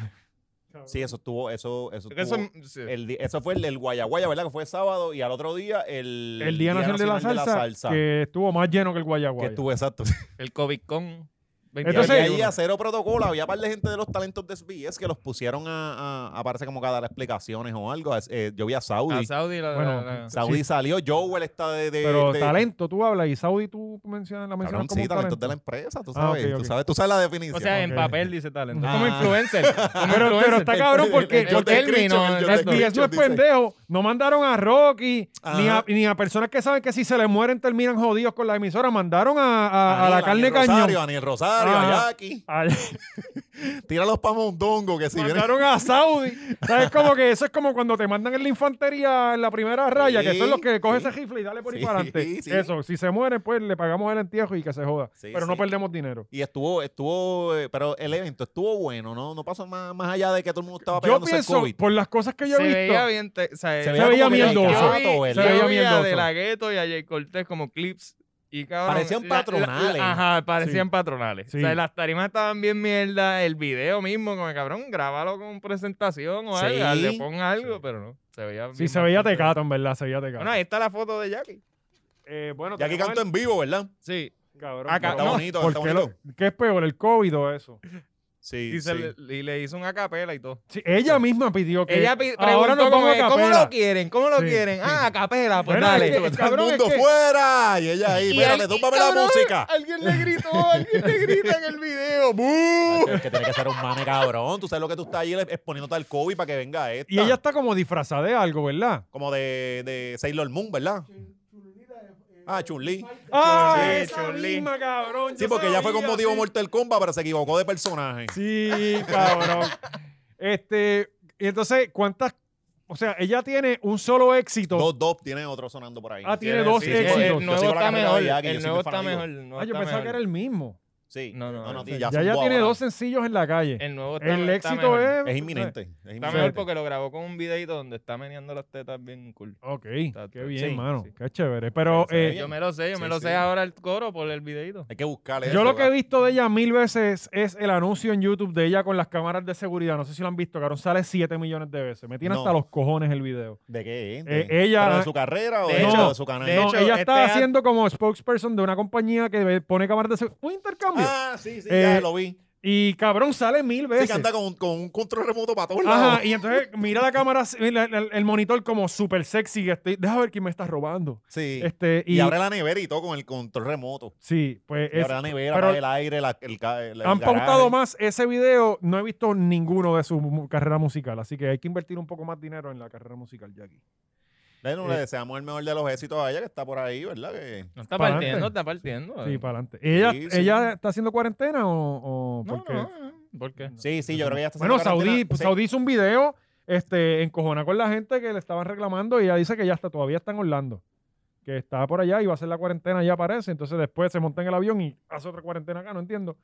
B: Cabrón.
C: sí, eso estuvo, eso, eso
D: Porque
C: estuvo.
D: eso, sí.
C: el di- eso fue el, el Guayaguaya, ¿verdad? Que fue sábado y al otro día el,
B: El Día Nacional, de, la salsa,
C: que,
B: que estuvo más lleno que el Guayaguaya.
C: estuvo
B: (laughs)
C: exacto.
D: El COVID con.
C: Entonces,
B: Entonces-
C: había ahí a cero protocolo, había par de gente de los talentos de SBS que los pusieron a, a, a parece como que a dar explicaciones o algo. Eh, yo vi a Saudi.
D: a Saudi. la- la-
B: Bueno,
D: la-
C: Saudi
B: Ah, Sí.
C: salió, Joel está de... de-
B: Pero
C: de-
B: talento, tú hablas, y Saudi tú mencionas, la
C: este- Cabrón,
B: mencionas como
C: sí,
B: un
C: talentos de la
B: talento.
C: empresa, tú
B: Ah,
C: sabes,
B: ok, ok.
C: tú sabes, tú sabes la definición.
D: O sea, en
B: Ok.
D: papel dice talento.
C: Ah.
D: Como influencer. Como
B: Pero- pero
D: influencer.
B: está cabrón
D: (laughs)
B: porque-
C: El Jordan
D: término,
C: Christian, el Jordan
D: exacto.
B: Y eso
C: Christian
B: es
C: dice.
B: pendejo. No mandaron a Rocky, ni a,
C: Ajá.
B: ni a personas que saben que si se le mueren terminan jodidos con la emisora. Mandaron a, a- a la carne
C: Daniel Rosario,
B: cañón.
C: Daniel Rosario, a
B: Ajá.
C: Jackie.
B: Ay,
C: Tíralos para Mondongo, que si vienen.
B: Mandaron a Saudi. ¿Sabes? Como que eso es como cuando te mandan en la infantería en la primera raya, que son los que cogen
C: sí.
B: ese rifle y dale por ahí
C: Sí,
B: para adelante.
C: sí.
B: Eso, si se mueren, pues le pagamos el entierro y que se joda.
C: Sí,
B: Pero no
C: sí.
B: perdemos dinero.
C: Y estuvo, estuvo, eh, pero el evento estuvo bueno, ¿no? No pasó más, más allá de que todo el mundo estaba
B: Yo
C: pegándose el
B: pienso,
C: COVID.
B: por las cosas que yo
D: Se
B: he visto,
D: veía bien. te- o sea,
C: Se
B: veía
C: como que
B: mierdoso.
C: gato,
D: Yo vi-
C: ¿verdad?
B: se veía
D: yo vi a
B: mierdoso.
D: De La Gueto y a Jay Cortés como clips. Y cabrón,
C: Parecían
D: la- la-
C: patronales.
D: la- ajá, parecían patronales.
B: Sí.
D: O sea, las tarimas estaban bien mierda. El video mismo, como cabrón, grábalo con presentación o
C: Sí.
D: algo. Le pon algo, pero no. Se veía
B: sí
D: bien
B: se veía
D: mal.
B: tecato, en verdad, se veía tecato.
D: Bueno, ahí está la foto de Jackie.
B: Eh, bueno,
C: Y aquí
B: tenemos
C: canto en vivo, ¿verdad?
D: Sí.
B: el- cabrón,
D: acá-
B: pero-
C: Está
D: no,
C: bonito,
B: ¿por
C: está
B: qué
C: bonito.
B: lo- ¿Qué es peor, el COVID o eso?
C: Sí,
D: Y, se
C: sí.
D: Le, y le hizo una capela y todo.
B: Sí, ella misma pidió que.
D: Ella pi-
B: ahora
D: preguntó
B: nos
D: como
B: vamos
D: que,
B: a
D: ¿cómo
B: capela.
D: lo quieren? ¿Cómo lo
B: Sí.
D: quieren? Ah, a capela, pues
B: Bueno,
D: dale.
B: es que-
C: Todo el
B: cabrón, es
C: mundo
B: que-
C: fuera. Y ella ahí,
D: Y
C: espérate,
D: al-
C: túmbame
D: y,
C: la
D: cabrón, (laughs)
C: música.
D: Alguien le gritó, alguien le grita en el video. ¡Bú!
C: Es que tiene que ser un mame cabrón. Tú sabes lo que tú estás ahí exponiéndote al COVID para que venga esta.
B: Y ella está como disfrazada de algo, ¿verdad?
C: Como de, de Sailor Moon, ¿verdad? Ah, Chun-Li.
B: Ah,
D: Sí,
B: esa
D: Chun-Li.
B: misma, cabrón.
C: Sí,
B: yo
C: porque ella fue con
B: sabía,
C: motivo
B: sí.
C: Mortal Kombat, pero se equivocó de personaje.
B: Sí, cabrón. este, y entonces, ¿cuántas? O sea, ella tiene un solo éxito.
C: Dos, dos, tiene otro sonando por ahí.
B: Ah, tiene dos
C: sí,
B: éxitos.
C: sí,
D: El
C: Yo
D: nuevo
C: sigo la
D: está
C: carrera de
D: mejor.
C: Jackie, yo
D: El
C: soy
D: nuevo
C: bien
D: está
C: fanático.
D: mejor. el nuevo
B: ah, yo
D: está
B: pensaba que
D: mejor.
B: era el mismo.
C: Sí.
D: No, no, no,
C: y ya,
B: ya ella
C: zumbó
B: tiene
C: ahora.
B: dos sencillos en la calle.
D: El nuevo está
B: El
D: está
B: éxito
D: mejor.
B: es.
C: Es inminente. es
D: Está
C: inminente.
D: mejor porque lo grabó con un videito donde está meneando las tetas bien cool.
B: Ok,
D: Está-
B: qué bien,
D: sí,
B: mano.
D: sí.
B: Qué chévere. Pero
C: Se ve
B: eh,
C: bien.
D: Yo me lo sé, yo
C: Sí,
D: me lo
C: sí.
D: sé ahora el coro por el videito.
C: Hay que buscarle.
B: Yo
C: eso,
B: lo que he
C: ¿verdad?
B: visto de ella mil veces es el anuncio en YouTube de ella con las cámaras de seguridad. No sé si lo han visto, cabrón. Sale 7 millones de veces. Me tiene
C: No.
B: hasta los cojones el video.
C: ¿De qué? es?
B: Eh,
C: ¿De-
B: ella-
C: pero ¿De su carrera o
D: De
C: de,
D: hecho,
C: de su canal?
D: de
B: No,
D: hecho,
B: ella está
D: este ad-
B: haciendo como spokesperson de una compañía que ve- pone cámaras de seguridad. Un intercambio.
C: Ah, sí, sí,
B: Eh,
C: ya lo vi.
B: Y cabrón, sale mil
C: Sí,
B: veces.
C: que anda con, con un control remoto para todos lados.
B: Ajá, y entonces mira la cámara, así, mira el, el monitor como súper sexy. que Estoy, deja ver quién me está robando.
C: Sí.
B: Este,
C: y,
B: y,
C: abre la nevera y todo con el control remoto.
B: Sí, pues
C: Y
B: es-
C: abre la nevera,
B: pero-
C: abre el aire, la, el, ca- el- el
B: han
C: garaje.
B: pautado más ese video. No he visto ninguno de su mu- carrera musical, así que hay que invertir un poco más dinero en la carrera musical, Jackie.
C: Bueno, le
B: Eh.
C: deseamos el mejor de los éxitos a ella que está por ahí, ¿verdad? Que...
D: No está
B: Pa'lante.
D: partiendo, está partiendo.
B: Sí, para adelante. ¿Ella,
C: sí.
B: ¿Ella está haciendo cuarentena o, o
D: no,
B: por qué?
D: no, no, ¿Por qué?
C: Sí, sí, yo creo que ya está
B: Bueno,
C: haciendo
B: Saudí,
C: cuarentena. Sí.
B: Saudí hizo un video este, encojona con la gente que le estaban reclamando y ella dice que ya está, todavía está en Orlando. Que estaba por allá y va a hacer la cuarentena, ya aparece. Entonces después se monta en el avión y hace otra cuarentena acá, no entiendo.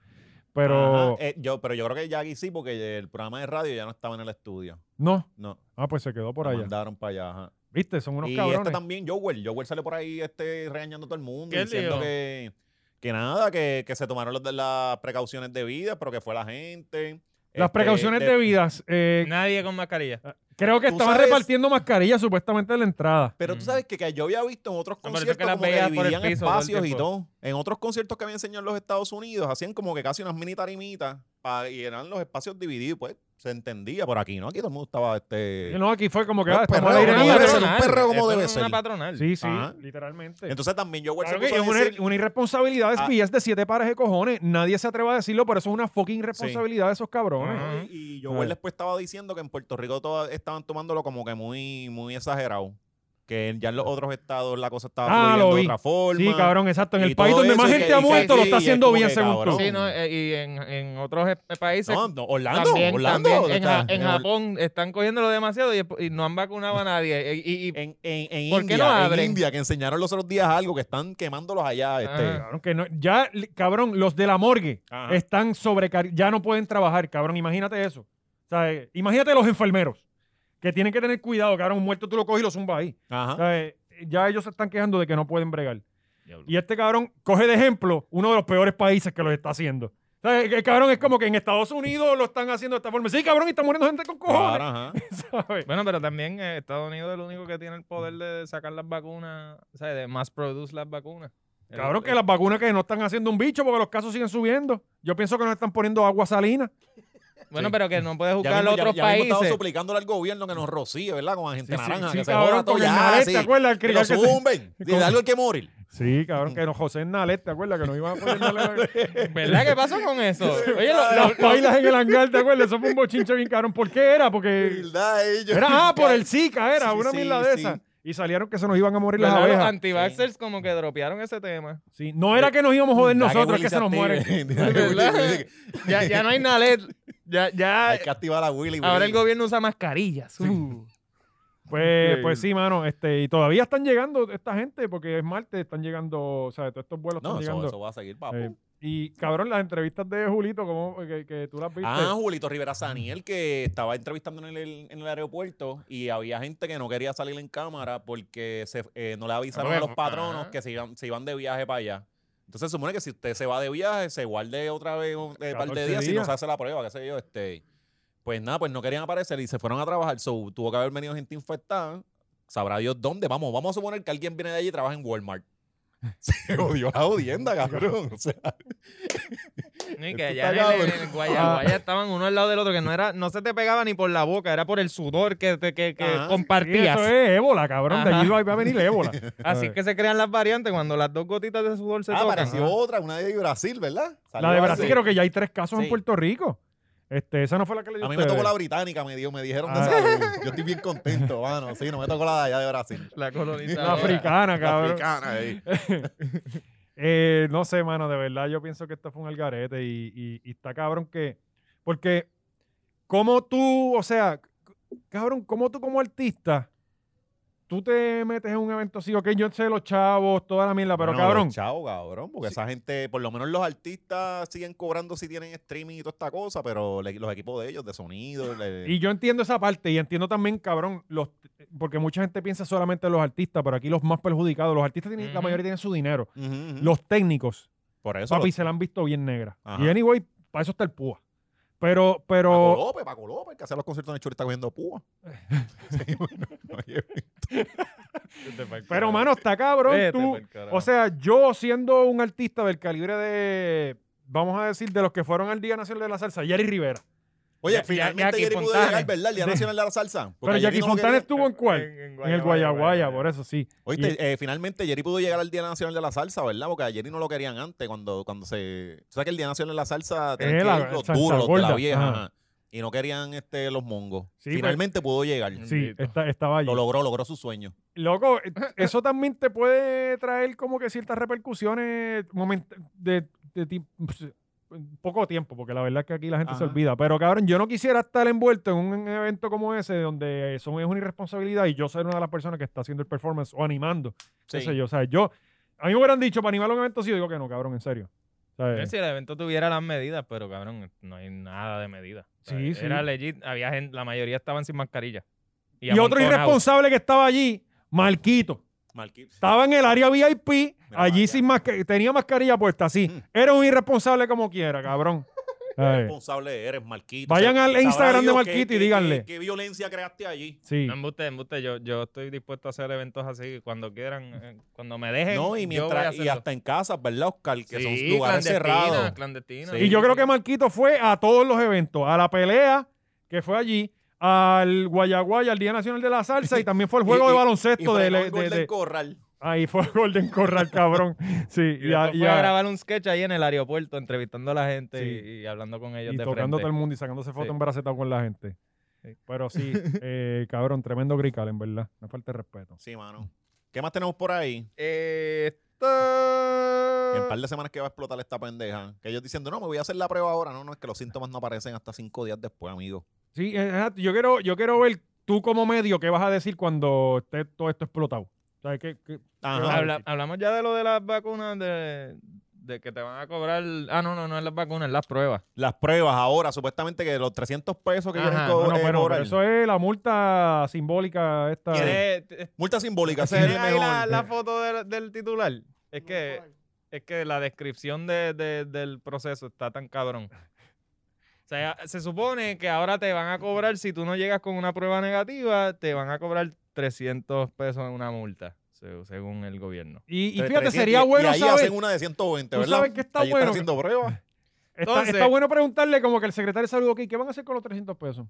B: Pero
C: Ajá, eh, yo, pero yo creo que Jackie sí, porque el programa de radio ya no estaba en el estudio.
B: no.
C: No,
B: Ah, pues se quedó por
C: la
B: allá.
C: mandaron para allá. ajá.
B: ¿Viste? Son unos
C: y
B: cabrones.
C: este también, Joel. Joel sale por ahí este, regañando a todo el mundo,
D: ¿Qué
C: diciendo
D: lío?
C: que, que nada, que, que se tomaron los- las precauciones debidas, pero que fue la gente.
B: Las
C: Este,
B: precauciones
C: de-
B: debidas. eh,
D: Nadie con mascarilla.
B: Ah, creo que
C: tú
B: estaban
C: sabes-
B: repartiendo mascarillas supuestamente en la entrada.
C: Pero tú
D: Mm.
C: sabes que, que yo había visto en otros
D: No, pero es que
C: conciertos
D: las
C: como que
D: veías por el
C: dividían
D: piso todo el
C: espacios y
D: tiempo.
C: todo. En otros conciertos que habían enseñado en los Estados Unidos, hacían como que casi unas mini tarimitas pa- y eran los espacios divididos, pues se entendía por aquí, ¿no? Aquí todo el mundo estaba este.
B: No, aquí fue como que.
C: No,
B: ah, estamos
C: perreo,
B: al aire
C: como
B: libre.
C: debe ser, un perreo como
D: Esto
C: debe
D: no es
C: ser.
D: Una patronal.
B: Sí, sí,
C: Ajá.
B: literalmente.
C: Entonces también yo
B: Claro que es una,
D: er-,
C: decir,
B: una irresponsabilidad
C: Ah.
B: es es de siete pares de cojones. Nadie se atreva a decirlo, pero eso es una fucking responsabilidad de esos cabrones.
D: Ajá.
C: ¿no? Y y
B: Ajá.
C: Joel después estaba diciendo que en Puerto Rico todas estaban tomándolo como que muy, muy exagerado. Que ya en los otros estados la cosa estaba
B: Ah,
C: fluyendo
B: lo
C: de
B: vi.
C: otra forma.
B: Sí, cabrón, exacto. En
C: y
B: el país
C: todo
B: donde
C: eso,
B: más
C: y que-
B: gente ha
C: y que-
B: muerto lo
C: sí,
B: está
C: y es
B: haciendo
C: como
B: bien,
C: que,
B: según tú.
C: cabrón.
D: Sí, no, eh, y en, en otros eh, países
C: No, no, Orlando,
D: también,
C: Orlando.
D: también en,
C: está-
D: Ja- en Japón están cogiéndolo demasiado y, y no han vacunado a nadie. Y, y- y-
C: En, en, en
D: ¿Por qué
C: India,
D: no
C: en
D: abren?
C: India, que enseñaron los otros días algo, que están quemándolos allá. Este.
D: Ajá.
B: Cabrón, que no- ya, li- cabrón, los de la morgue
C: Ajá.
B: están sobrecar... Ya no pueden trabajar, cabrón. Imagínate eso. O sea, eh, imagínate los enfermeros que tienen que tener cuidado, cabrón. Un muerto tú lo coges y lo zumbas ahí. O
C: Ajá.
B: sea, eh, ya ellos se están quejando de que no pueden bregar. Y este cabrón coge de ejemplo uno de los peores países que lo está haciendo. O sea, el cabrón es como que en Estados Unidos lo están haciendo de esta forma. Sí, cabrón, y está muriendo gente con
C: Claro,
B: cojones.
C: ajá.
B: ¿sabes?
D: (laughs) bueno, pero también eh, Estados Unidos es el único que tiene el poder de sacar las vacunas, o sea, de mass produce las vacunas. El-
B: Cabrón, que
D: el-
B: las vacunas que no están haciendo un bicho porque los casos siguen subiendo. Yo pienso que nos están poniendo agua salina.
D: Bueno, pero que no puedes
C: Ya
D: buscar
C: mismo, ya-
D: otros
C: ya mismo
D: países.
C: estamos suplicándole al gobierno que nos rocíe, ¿verdad? Con la gente
B: Sí, sí,
C: naranja,
B: sí,
C: que se
B: cabrón,
C: joda todo
B: con el
C: ya,
B: Nalet,
C: sí.
B: ¿te acuerdas? El
C: Que
B: crical
C: lo
B: que se- (laughs)
C: zumben.
B: con-
C: Dile algo al que morir.
B: Sí, cabrón, que no, José Nalet, ¿te acuerdas? Que nos iban a poner Nalet-
C: (laughs)
D: ¿Verdad? ¿Qué pasó con eso? Oye, lo-
B: las bailas en el hangar, ¿te acuerdas? Eso fue un bochinche bien cabrón. ¿Por qué Eh, era? Porque
C: Verdad, ellos-
B: era ah, por el Zika, era
C: Sí,
B: una
C: sí,
B: mierda de
C: sí.
B: esa. y salieron que se nos iban a morir las
D: ¿Verdad? Los
B: abejas.
D: anti-vaxxers como que dropearon ese
C: (laughs)
D: tema.
B: Sí, no
C: Eh,
B: era que nos íbamos a joder nosotros, es que se nos mueren.
D: ¿Verdad? (laughs) Ya, ya no hay Nalet. Ya, ya.
C: Hay que activar a Willy.
D: Ahora el
C: Willy.
D: gobierno usa mascarillas. uh.
B: (laughs)
C: (laughs)
B: Pues, pues sí, mano, este, y todavía están llegando esta gente, porque es martes, están llegando, o sea, todos estos vuelos
C: No,
B: están
C: eso,
B: llegando.
C: eso va a seguir, papu.
B: Eh, y cabrón, las entrevistas de Julito, como que, que tú las viste.
C: Ah, Julito Rivera Saniel, que estaba entrevistando en el, en el aeropuerto y había gente que no quería salir en cámara porque se, eh, no le avisaron a
D: Bueno,
C: los patronos
D: ajá.
C: que se iban, se iban de viaje para allá. Entonces se supone que si usted se va de viaje, se guarde otra vez un eh, par
B: 14
C: de días y no
B: días.
C: se hace la prueba, qué sé yo. Este, pues nada, pues no querían aparecer y se fueron a trabajar. So, tuvo que haber venido gente infectada. Sabrá Dios dónde. Vamos, vamos a suponer que alguien viene de allí y trabaja en Walmart. (laughs) Se odió la odienda, cabrón. O sea,
D: Y
C: Esto
D: que allá en,
C: está
D: el- en
C: cabrón. Ah.
D: el Guayaguaya estaban uno al lado del otro, que no era, no se te pegaba ni por la boca, era por el sudor que, te- que, que
C: Ajá.
B: Sí, eso
D: compartías.
B: es ébola, cabrón. De
D: Ajá.
B: allí va va a venir
C: (laughs)
B: ébola.
D: Así que se crean las variantes cuando las dos gotitas de sudor se
C: ah,
D: tocan.
C: apareció otra, una de Brasil, ¿verdad?
B: La de
C: Salió
B: Brasil
C: hace-
B: creo que ya hay tres casos en
C: Sí.
B: Puerto Rico. Este, esa no fue la que le dio
C: A mí me tocó
B: ustedes.
C: la británica, me, dio, me dijeron de
B: Ah.
C: salud. Yo estoy bien contento, mano. Sí, no me tocó la de allá de Brasil.
D: La colonizadora.
C: (laughs)
B: La
D: (laughs)
B: africana,
C: La
B: Ah, cabrón. Ah,
C: africana, ahí.
B: Eh, no sé, mano, de verdad yo pienso que esto fue un algarete y, y- y está cabrón que... Porque como tú, o sea, c- cabrón, como tú como artista, tú te metes en un evento así, ok, yo sé los chavos, toda la mierda, pero
C: Bueno,
B: cabrón,
C: los chavos, cabrón. Porque
B: Sí.
C: esa gente, por lo menos los artistas siguen cobrando si tienen streaming y toda esta cosa, pero le- los equipos de ellos, de sonido. le-
B: Y yo entiendo esa parte y entiendo también, cabrón, los, porque mucha gente piensa solamente en los artistas, pero aquí los más perjudicados, los artistas tienen, la
D: Ujú.
B: mayoría tienen su dinero.
C: Ujú, ujú.
B: Los técnicos,
C: por eso.
B: papi,
C: los-
B: se la han visto bien negra.
C: Ajá.
B: Y anyway, para eso está el púa. Pero,
C: Paco
B: pero,
C: López, Paco López, que hace los conciertos en el Churi está
B: (laughs)
C: cogiendo púa. Sí, bueno, no hay evento.
B: pero, mano, está cabrón
D: Vete
B: tú.
C: pues,
D: pa'l carajo.
B: O sea, yo siendo un artista del calibre de, vamos a decir, de los que fueron al Día Nacional de la Salsa, Jerry Rivera.
C: Oye,
D: Ya- ya-
C: finalmente
D: Jackie
C: Jerry pudo
D: Fontane.
C: llegar, ¿verdad? El Día Nacional de la Salsa.
B: Pero
C: Porque
B: Jackie
C: Jerry no lo
B: Fontana
C: quería.
B: estuvo en cuál? En el Guayaguaya, por eso sí.
C: Oíste, eh, finalmente Jerry pudo llegar al Día Nacional de la Salsa, ¿verdad? Porque a Jerry no lo querían antes cuando, cuando se... O sea, que el Día Nacional de la Salsa tenían
B: Eh,
C: que
B: la
C: ir los
B: salsa
C: duros, los de
B: gorda,
C: la vieja.
B: ajá.
C: ajá. Y no querían este, los mongos.
B: Sí, pues. Mm.
C: finalmente pudo llegar.
B: Sí,
D: Bendito.
B: esta- estaba allí.
C: Lo logró, logró su sueño.
B: Loco, (laughs) eh, eso también te puede traer como que ciertas repercusiones moment- de, de ti- pues, en poco tiempo, porque la verdad es que aquí la gente se
C: Ajá.
B: olvida. Pero cabrón, yo no quisiera estar envuelto en un evento como ese, donde eso es una irresponsabilidad y yo ser una de las personas que está haciendo el performance o animando. qué
C: Sí.
B: sé yo, o sea, yo, a mí me hubieran dicho para animar un evento así, yo digo que no, cabrón, en serio. O sea,
D: Yo Si el evento tuviera las medidas, pero cabrón, no hay nada de medidas. O sea,
B: Sí, sí.
D: Era legit, había gente, la mayoría estaban sin mascarilla.
B: y otro
D: amontonados.
B: irresponsable que estaba allí, Marquito.
C: Marquis.
B: Estaba en el área VIP,
C: para
B: allí
C: allá.
B: sin mascarilla, tenía mascarilla puesta, así.
C: Mm. Pues,
B: Era un irresponsable como quiera,
C: (laughs)
B: cabrón. Ay,
C: Responsable eres, Marquito.
B: Vayan al
C: sabrá
B: Instagram de
C: Dios
B: Marquito y
C: qué- qué-
B: díganle.
C: Qué, qué violencia creaste allí?
B: sí.
D: No, embuste, embuste. Yo, yo estoy dispuesto a hacer eventos así cuando quieran, eh, cuando me dejen.
C: No, y,
D: yo voy a
C: mientras, y
D: hacerlo.
C: hasta en casas, ¿verdad, Oscar? Que son
D: Sí,
C: lugares
D: clandestina,
C: cerrados.
D: clandestina.
C: Sí.
B: Y yo creo que Marquito fue a todos los eventos, a la pelea que fue allí, al Guayaguaya, al Día Nacional de la Salsa y también fue el juego
C: (laughs) Y-
B: de
C: y- Y
B: baloncesto
C: frenó
B: de,
C: el
B: de-
C: gol
B: de-
C: del
B: de-
C: corral.
B: Ahí fue Golden Corral, cabrón.
C: (laughs)
B: Sí,
D: Y
B: y, a-
D: después
B: y
D: fue
B: a-
D: a grabar un sketch ahí en el aeropuerto, entrevistando a la gente
B: Sí.
D: y, y hablando con ellos
B: y
D: de
B: tocando
D: frente.
B: todo el mundo y sacándose fotos
D: Sí.
B: embarazetados con la gente.
D: Sí.
B: Pero
C: (laughs)
B: sí, eh, cabrón, tremendo grical, en verdad. Una falta de respeto.
C: Sí, mano. ¿Qué más tenemos por ahí?
D: Eh,
C: En un
D: esto-
C: par de semanas que va a explotar esta pendeja. Que ellos diciendo, no, me voy a hacer la prueba ahora. No, no, es que los síntomas no aparecen hasta cinco días después, amigo.
B: Sí, exacto. Yo quiero, yo quiero ver tú como medio qué vas a decir cuando esté todo esto explotado. O sea, que- que-
C: Ajá.
B: Habla-
D: Habla- hablamos ya de lo de las vacunas, de, de que te van a cobrar. Ah, no, no, no es las vacunas, es las pruebas.
C: Las pruebas ahora, supuestamente que los 300 pesos que
D: Ajá,
C: quieren
B: No,
C: co-
B: no,
C: eh,
B: pero, pero
C: cobrar.
B: eso es la multa simbólica esta.
D: ¿Quieres-
C: Multa simbólica, ese es
D: ¿Tienen
C: el
D: ahí
C: mejor.
D: la, la foto del- del titular? Es que, (laughs) es que la descripción de- de- del proceso está tan cabrón. O sea, se supone que ahora te van a cobrar, si tú no llegas con una prueba negativa, te van a cobrar 300 pesos en una multa, se- según el gobierno.
B: Y, y
C: Tre-
B: fíjate,
C: 300,
B: sería
C: y-
B: bueno
C: y ahí
B: saber.
C: hacen una de 120,
B: Tú
C: ¿verdad?
B: sabes que está
C: Ahí
B: bueno.
C: están haciendo pruebas.
B: Está,
D: Entonces-
B: está bueno preguntarle como que el secretario de salud, ok, ¿qué van a hacer con los 300 pesos?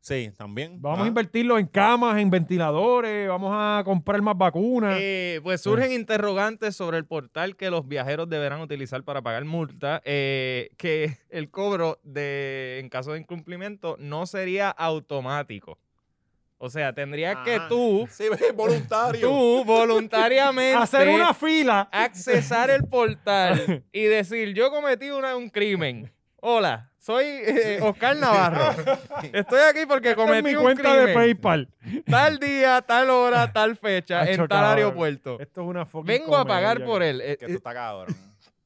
C: Sí, también.
B: Vamos a
C: Ah.
B: invertirlo en camas, en ventiladores, vamos a comprar más vacunas.
D: Eh, pues surgen interrogantes sobre el portal que los viajeros deberán utilizar para pagar multa, eh, que (laughs) el cobro de en caso de incumplimiento no sería automático. O sea, tendrías
A: Ah.
D: que
C: (laughs)
D: tú,
C: Sí, ve, voluntario.
D: tú voluntariamente
B: Hacer
C: eh,
B: una fila.
D: accesar el
B: (laughs)
D: portal y decir, yo cometí una- un crimen. Hola, soy eh,
B: (laughs)
D: Oscar Navarro. Estoy aquí porque
B: en
D: cometí
B: mi
D: un
B: cuenta de
D: crimen.
B: PayPal.
D: Tal día, tal hora, tal fecha,
B: Hacho,
D: en tal
B: cabrón.
D: aeropuerto.
B: Esto es una fucking
D: Vengo a pagar
B: comedia,
D: por él. Eh,
C: Que tú estás cabrón.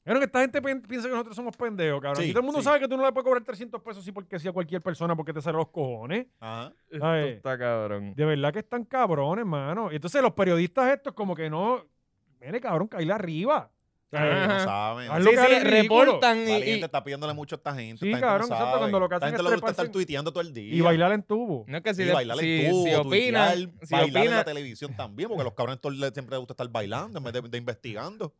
B: Claro que esta gente pi- piensa que nosotros somos pendejos, cabrón.
C: Sí,
B: Y todo el mundo
C: sí.
B: sabe que tú no le puedes cobrar 300 pesos sí porque sí a cualquier persona porque te salen los cojones. (laughs)
C: Ajá.
D: eh, esto
B: Ay.
D: está cabrón.
B: De verdad que están cabrones, mano. Y entonces los periodistas estos como que no... Mire, cabrón, caíle arriba. O sea,
D: (laughs) Ajá.
C: No saben.
B: Hazlo
D: Sí,
B: que
D: sí,
B: es ridículo.
D: reportan y- y,
C: Valiente está pidiéndole mucho a esta gente.
B: Sí,
C: esta gente
B: cabrón,
C: no
B: exacto,
C: sabe.
B: cuando lo que
C: Esta
B: hacen
C: gente
B: es
C: le gusta
B: treparse-
C: estar tuiteando todo el día.
B: y bailar en tubo.
D: No, que si,
C: Y
D: le-
C: bailar
D: si,
C: en tubo,
D: si opinan,
C: tuitear,
D: si
C: bailar en la
D: opinan,
C: televisión también, porque a los cabrones todos les- siempre les gusta estar bailando en vez de, de investigando.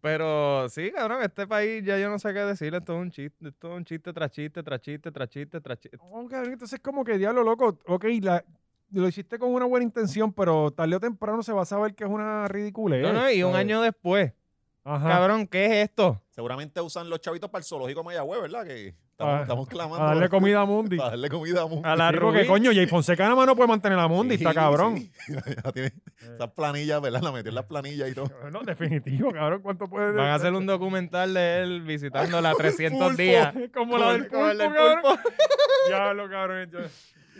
D: Pero sí, cabrón, este país ya yo no sé qué decirle, esto es un chiste, esto es un chiste tras chiste, tras chiste, tras chiste, tras chiste.
B: No, cabrón, entonces como que, diablo, loco, ok, la- lo hiciste con una buena intención, pero tarde o temprano se va a saber que es una ridiculez.
D: No, no, y un
B: ¿sabes?
D: año después,
B: Ajá.
D: cabrón, ¿qué es esto?
C: Seguramente usan los chavitos para el zoológico de Mayagüez, ¿verdad? Que estamos,
B: Ah,
C: estamos clamando.
B: A darle
C: para-
B: comida a Mundi.
C: (laughs) Para darle comida a Mundi.
D: A la
B: Sí, porque,
D: Rubí.
B: coño, Jay Fonseca nada más no puede mantener a Mundi,
C: Sí,
B: está cabrón. Eh.
C: sí. (laughs) Ya tiene Esas planillas, ¿verdad? La metió en las planillas y todo.
B: (laughs) No, definitivo, cabrón. ¿Cuánto puede
D: Van a hacer un documental de él
B: (laughs)
D: visitando la 300
C: Pulpo.
D: días.
B: Como la del
D: Como
B: pulpo,
D: el del Este
B: cabrón. Diablo, cabrón. yo-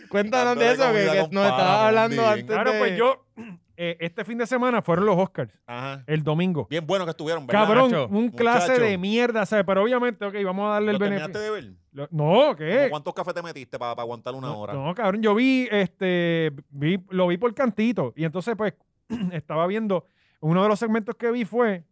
D: Cuéntanos de
C: Dándole
D: eso, que,
C: comida
D: que
C: con
D: nos estabas
C: páramo,
D: hablando
C: bien.
D: antes
B: Claro,
D: de-
B: pues yo, (clears throat) eh, este fin de semana fueron los Oscars,
C: Ajá.
B: el domingo.
C: Bien bueno que estuvieron, ¿verdad?
B: Cabrón,
D: Nacho?
B: un clase
C: Muchacho.
B: de mierda, ¿sabes? Pero obviamente, ok, vamos a darle
C: ¿Lo
B: el
C: terminaste
B: beneficio.
C: de ver?
B: Lo- No,
C: ¿Cómo
B: ¿qué?
C: ¿Cuántos cafés te metiste para, para aguantar una
B: No,
C: hora?
B: No, cabrón, yo vi, este, vi, lo vi por cantito. Y entonces, pues, (clears throat) estaba viendo, uno de los segmentos que vi fue,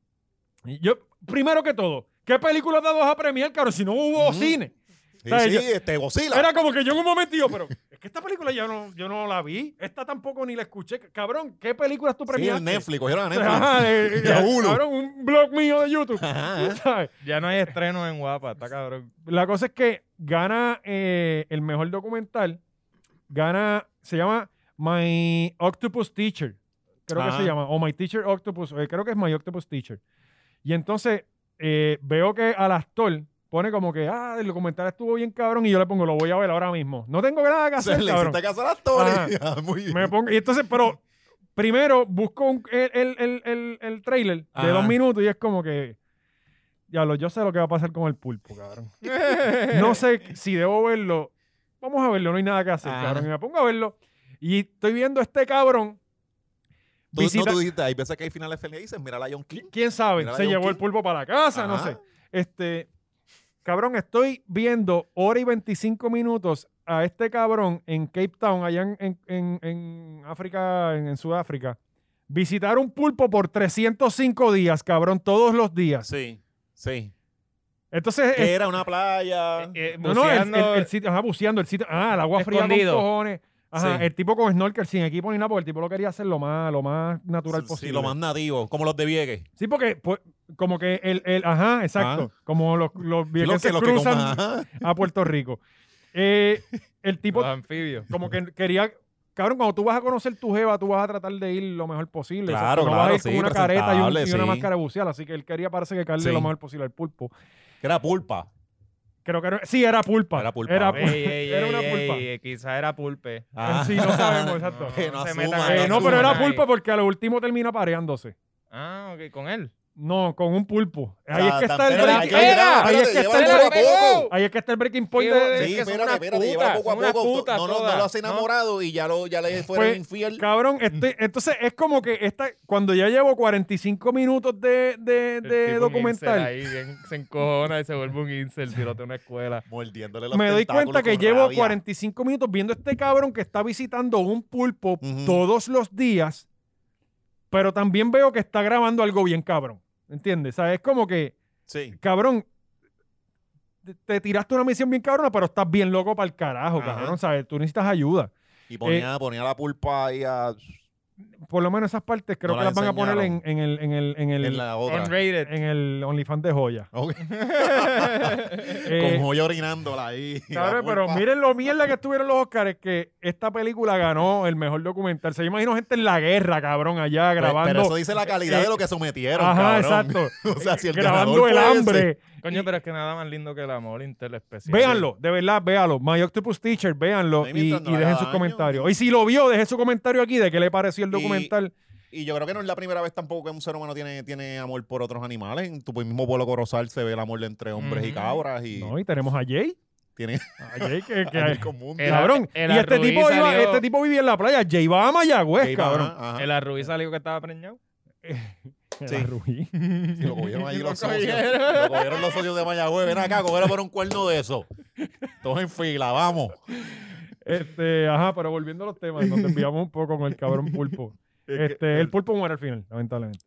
B: y yo, primero que todo, ¿qué películas dados a premiar, cabrón? Si no hubo
C: Ujú.
B: cine.
C: Sí,
B: ¿sabes?
C: sí,
B: Yo-
C: este, Godzilla.
B: Era como que yo en un momento yo, pero es que esta película yo no, yo no la vi, esta tampoco ni la escuché. Cabrón, ¿qué películas tú
C: sí,
B: premiaste?
C: el Netflix, cogieron a
B: (laughs)
C: Netflix.
B: Ajá, de- de-
C: Y a Hulu.
B: cabrón, un blog mío de YouTube.
C: (laughs) Ajá.
B: ¿sabes?
D: Ya no hay estreno en Guapa, está cabrón.
B: La cosa es que gana eh, el mejor documental. Gana, se llama My Octopus Teacher. Creo que
C: Ajá.
B: se llama. O My Teacher Octopus. eh, creo que es My Octopus Teacher. Y entonces eh, veo que al actor pone como que, ah, el documental estuvo bien cabrón. Y yo le pongo, lo voy a ver ahora mismo. No tengo nada que
C: (laughs) Se
B: hacer,
C: le
B: cabrón.
C: hiciste caso a las Tony.
B: Ajá.
C: (laughs) Ah, Muy bien.
B: Me pongo, y entonces, pero primero busco un- el, el, el, el- el trailer
C: Ajá.
B: de dos minutos y es como que, ya lo, yo sé lo que va a pasar con el pulpo, cabrón (laughs)
C: (laughs)
B: no sé si debo verlo. Vamos a verlo, no hay nada que hacer,
C: Ah.
B: cabrón. Y me pongo a verlo. Y estoy viendo a este cabrón.
C: Tú,
B: visita-
C: no, tú dijiste, hay veces que hay finales felices, dices, mira la John Clint.
B: ¿Quién sabe?
C: Mira,
B: Se
C: Lion
B: llevó
C: King.
B: el pulpo para la casa, no
C: Ajá.
B: sé. Este, cabrón, estoy viendo hora y 25 minutos a este cabrón en Cape Town, allá en, en- en- en África, en, en Sudáfrica, visitar un pulpo por 305 días, cabrón, todos los días.
C: Ah, Sí, sí.
B: Entonces,
C: Que era una (laughs) playa.
D: Eh,
B: No, no, el,
D: buceando-
B: el- el sitio, ajá, buceando, el sitio, ah, el agua fría
D: Escondido.
B: con cojones. Ajá,
C: Sí.
B: el tipo con snorkel sin equipo ni nada, porque el tipo lo quería hacer lo más, lo más natural
C: sí,
B: posible.
C: Sí, lo más nativo, como los de Vieques.
B: Sí, porque pues, como que el, el- ajá, exacto, como los, los
C: Ah. Sí,
B: vieques
C: los que-
B: se
C: los que
B: cruzan
C: coman, ajá.
B: a Puerto Rico. Eh, el tipo
D: Los anfibios.
B: como que quería, cabrón, cuando tú vas a conocer tu jeva, tú vas a tratar de ir lo mejor posible.
C: Claro,
B: exacto, no
C: claro,
B: vas a ir
C: sí,
B: con una careta y, un-
C: presentable,
B: y una
C: sí.
B: máscara bucial, así que él quería parece que caerle
C: Sí.
B: lo mejor posible al pulpo.
C: Que era pulpa.
B: Creo que era- sí, era pulpa.
C: Era pulpa.
B: Era,
C: Ey,
B: pul- era una pulpa.
D: quizá era pulpe.
C: Ah.
B: Sí, no sabemos,
C: (laughs)
B: exacto.
C: Que
D: Ah,
C: no
D: No se
C: asuma,
D: metan
C: no
D: ahí.
B: Eh, no,
C: asuma.
B: pero era
D: Ahí.
B: pulpa porque a lo último termina pareándose.
D: Ah, ok, con él.
B: No, con un pulpo. Ahí es
C: O sea,
B: que está el
C: tan-
D: break-
C: espérate,
B: breaking
D: Era,
C: espérate,
D: era,
B: ahí es
C: espérate,
B: que está el
C: llévalo
D: break-
C: poco a poco.
B: Ahí es que está el breaking point de...
D: Es
C: Sí,
D: que son
C: espérate,
D: unas
C: espérate,
D: putas,
C: llévalo poco a
D: son unas
C: poco.
D: putas
C: No, no, no
D: todas,
C: lo has
D: ¿no?
C: enamorado y ya lo ya le fueron
B: Pues,
C: infiel.
B: Cabrón, este- entonces es como que esta, cuando ya llevo 45 minutos de, de, de
D: El tipo un incel
B: documental,
D: Ahí bien, se encojona y se vuelve un incel, tirote una escuela.
C: Mordiéndole los
B: me doy
C: tentáculos
B: cuenta que
C: con
B: llevo
C: rabia.
B: 45 minutos viendo este cabrón que está visitando un pulpo
C: Ujú.
B: todos los días, pero también veo que está grabando algo bien cabrón. ¿Entiendes? O sea, es como que...
C: Sí.
B: cabrón, te- te tiraste una misión bien cabrona, pero estás bien loco para el carajo,
C: Ajá.
B: Eh, cabrón, ¿sabes? Tú necesitas ayuda.
C: Y ponía, ponía la pulpa ahí a. (laughs)
B: por lo menos esas partes creo
C: No
B: que las
C: las
B: van a poner en,
C: enseñaron.
B: en el, en el, en el,
C: en la otra.
D: Unrated.
B: en el OnlyFans de joya.
C: Ok.
B: Eh,
C: Con joya orinándola ahí.
B: Cabrón,
C: La
B: pero
C: pulpa.
B: miren lo mierda que estuvieron los Oscars que esta película ganó el mejor documental. Se imagino gente en la guerra, cabrón, allá
C: Pero-
B: grabando.
C: Pero eso dice la calidad
B: eh,
C: de lo que sometieron,
B: Ajá,
C: cabrón.
B: exacto.
C: (laughs) O sea, si el
B: grabando
C: ganador
B: el
C: fue
B: hambre.
C: ese,
D: Coño, pero es que nada más lindo que el amor interespecial.
B: Véanlo, de verdad, véanlo. My Octopus Teacher, véanlo
C: Ay,
B: y,
C: mientras no
B: y
C: haga
B: dejen sus
C: daño.
B: comentarios. Y si lo vio, deje su comentario aquí de qué le pareció el
C: Y-
B: documental.
C: Y yo creo que no es la primera vez tampoco que un ser humano tiene, tiene amor por otros animales. En tu pues, mismo pueblo corozal se ve el amor de entre hombres y
D: Ujú.
C: cabras. Y
B: Mm. No, y tenemos a Jay. (laughs)
C: tienen
B: A Jay que... que-
C: algo en común.
D: El-
B: cabrón.
D: el
B: y este
D: Arruí
B: tipo, iba-
D: salió-
B: este tipo vivía en la playa. Jay va a Mayagüez,
C: Ahí va,
B: cabrón.
C: ajá.
D: El arrubí salió que estaba preñado.
B: El
C: Sí.
B: Arruí.
C: Sí, lo cogieron ahí
D: Lo
C: los socios.
D: cogieron.
C: Lo cogieron los socios de Mayagüez. Ven acá, cogieron por un cuerno de eso. Todos en fila, vamos.
B: (laughs) Este, ajá, pero volviendo a los temas, nos desviamos un poco con el cabrón
C: (laughs)
B: pulpo. Este, el pulpo muere al final, lamentablemente.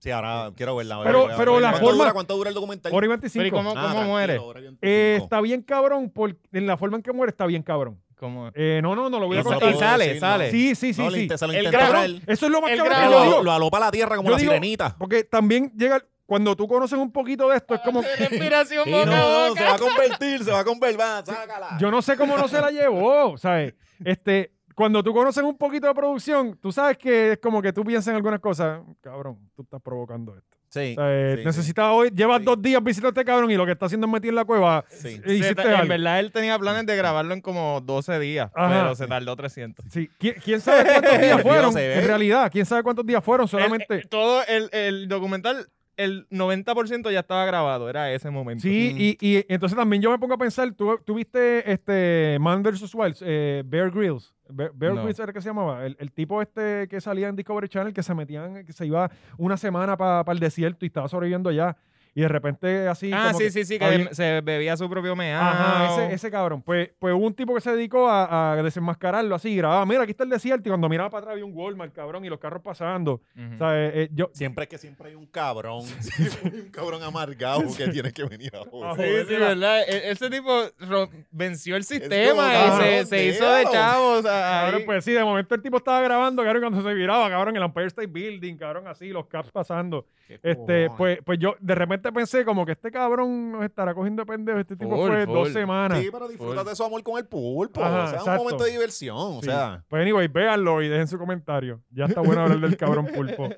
C: Sí, ahora quiero verla.
B: Pero-
C: verla,
B: pero
C: verla.
B: la
C: ¿Cuánto
B: forma-
C: Dura, ¿Cuánto dura el documental?
B: Hora y
D: Pero ¿y
B: 25.
D: cómo,
C: Ah,
D: cómo
C: tranquilo,
D: muere?
C: hora y
B: Eh,
C: 25.
B: está bien cabrón, por, en la forma en que muere está bien cabrón.
D: ¿Cómo?
B: Eh, no, no, no lo voy
C: No
B: a
C: se
D: Y
B: contar.
C: puede
D: sale,
C: decir,
D: sale.
B: Sí, sí, sí,
C: No,
B: sí.
C: le inter- se lo
D: El
C: intentó
D: grano-
C: él.
B: Eso es lo más
D: El
B: cabrón que
D: grano-
B: yo
C: Lo,
B: digo.
C: lo alopó a la tierra como
B: Yo
C: la
B: digo-
C: sirenita.
B: Porque también llega, cuando tú conoces un poquito de esto, es como,
D: Respiración
C: Sí,
D: boca a
C: no, se
D: boca.
C: va a convertir, se va a convertir. Va, sácala.
B: yo no sé cómo no se la llevó, ¿sabes? Este, cuando tú conoces un poquito de producción, tú sabes que es como que tú piensas en algunas cosas, cabrón, tú estás provocando esto.
C: Sí,
B: O sea, eh,
C: sí, sí.
B: necesitas hoy, llevas
C: Sí.
B: dos días visitando a este cabrón y lo que está haciendo es meter en la cueva.
C: Sí.
B: E hiciste
D: Se- en
B: algo. Mm.
D: verdad él tenía planes de grabarlo en como 12 días,
B: Ajá.
D: pero se tardó 300.
B: Sí, ¿Qui- ¿Quién, sabe
D: (laughs)
B: cuántos días
C: Nervioso
B: fueron?
C: se ve.
B: En realidad, ¿quién sabe cuántos días fueron?
D: El-
B: Solamente.
D: eh, todo el, el documental, el 90% ya estaba grabado, era ese momento.
B: sí, y, y entonces también yo me pongo a pensar, tú, tú viste este Man vs. Wild, eh, Bear Grylls. Bear, Bear
D: No.
B: Grylls era que se llamaba. El, el tipo este que salía en Discovery Channel, que se metían, que se iba una semana para el desierto y estaba sobreviviendo allá. Y de repente así.
D: Ah,
B: como
D: sí, Ah,
B: que
D: sí, sí, que
B: había-
D: se bebía su propio meado.
B: Ajá, ese, ese cabrón. Pues, pues hubo un tipo que se dedicó a, a desenmascararlo así, y grababa, mira, aquí está el desierto, y cuando miraba para atrás había un Walmart, cabrón, y los carros pasando.
D: Ujú.
B: O sea, eh, eh, yo,
C: Siempre es que siempre hay un cabrón, (laughs) siempre hay un cabrón amargado que tiene que venir a joder.
B: Ajá.
D: Sí, sí, verdad. E- ese tipo ro- venció el
C: como,
D: sistema y
B: cabrón,
D: se, se hizo de
C: déjalo.
D: chavos.
B: Cabrón, pues sí, de momento el tipo estaba grabando, cabrón, cuando se viraba, cabrón, el Empire State Building, cabrón, así, los caps pasando. Este, pues, pues yo de repente pensé como que este cabrón nos estará cogiendo de pendejo. Este tipo
D: Full,
B: fue dos
D: full.
B: semanas.
C: Sí, pero disfruta de su amor con el pulpo.
B: Pues Ajá,
C: o sea,
B: exacto.
C: un momento de diversión. O
B: Sí.
C: sea,
B: Pues anyway, véanlo y dejen su comentario. Ya está bueno hablar del cabrón
D: (laughs)
B: pulpo.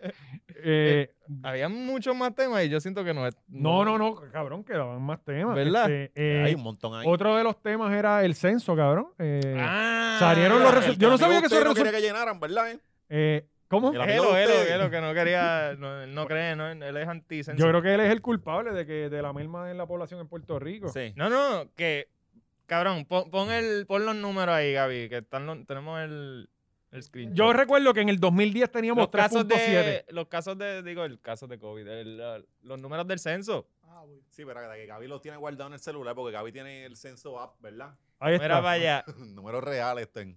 B: Eh,
D: Había muchos más temas y yo siento que no es.
B: no, no, no, cabrón, quedaban más temas.
D: ¿Verdad?
B: Este, eh,
C: hay un montón ahí.
B: otro de los temas era el censo, cabrón. Eh,
D: Ah,
B: salieron los resu-
C: El
B: yo no sabía
C: amigo
B: que
C: usted
B: esos
C: no quería
B: resu-
C: que llenaran, ¿verdad? eh?
B: eh, ¿Cómo?
C: El amigo
D: Elo,
C: de
D: elo,
C: ustedes.
D: elo, que no quería. No, él no cree, no, él es anti
B: Yo creo que él es el culpable de que de la merma en la población en Puerto Rico.
C: Sí.
D: No, no, que. Cabrón, pon, pon el, pon los números ahí, Gaby, que están los- tenemos el, el screenshot.
B: Yo recuerdo que en el 2010
D: los
B: teníamos
D: casos
B: 3.7.
D: de, los casos de, digo, el caso de COVID, el, la- los números del censo.
E: Ah, voy.
C: Sí, pero que Gaby lo tiene guardado en el celular porque Gaby tiene el censo app, ¿verdad? (laughs)
B: Ahí
D: Mira para allá,
C: Números reales estén.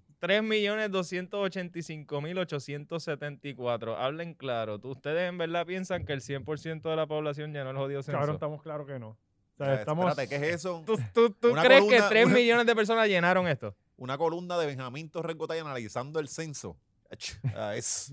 D: 3.285.874. Hablen claro. ¿Tú, ustedes en verdad piensan que el 100% de la población ya no el jodido censo.
B: Cabrón, estamos claros que no. O sea,
C: Ya,
B: estamos...
C: Espérate, ¿qué es eso?
D: ¿Tú, tú, tú
C: Una
D: crees
C: columna-
D: que 3
C: una-
D: millones de personas llenaron esto?
C: Una columna de Benjamín Torres Gotay analizando el censo. Ach, ah, es.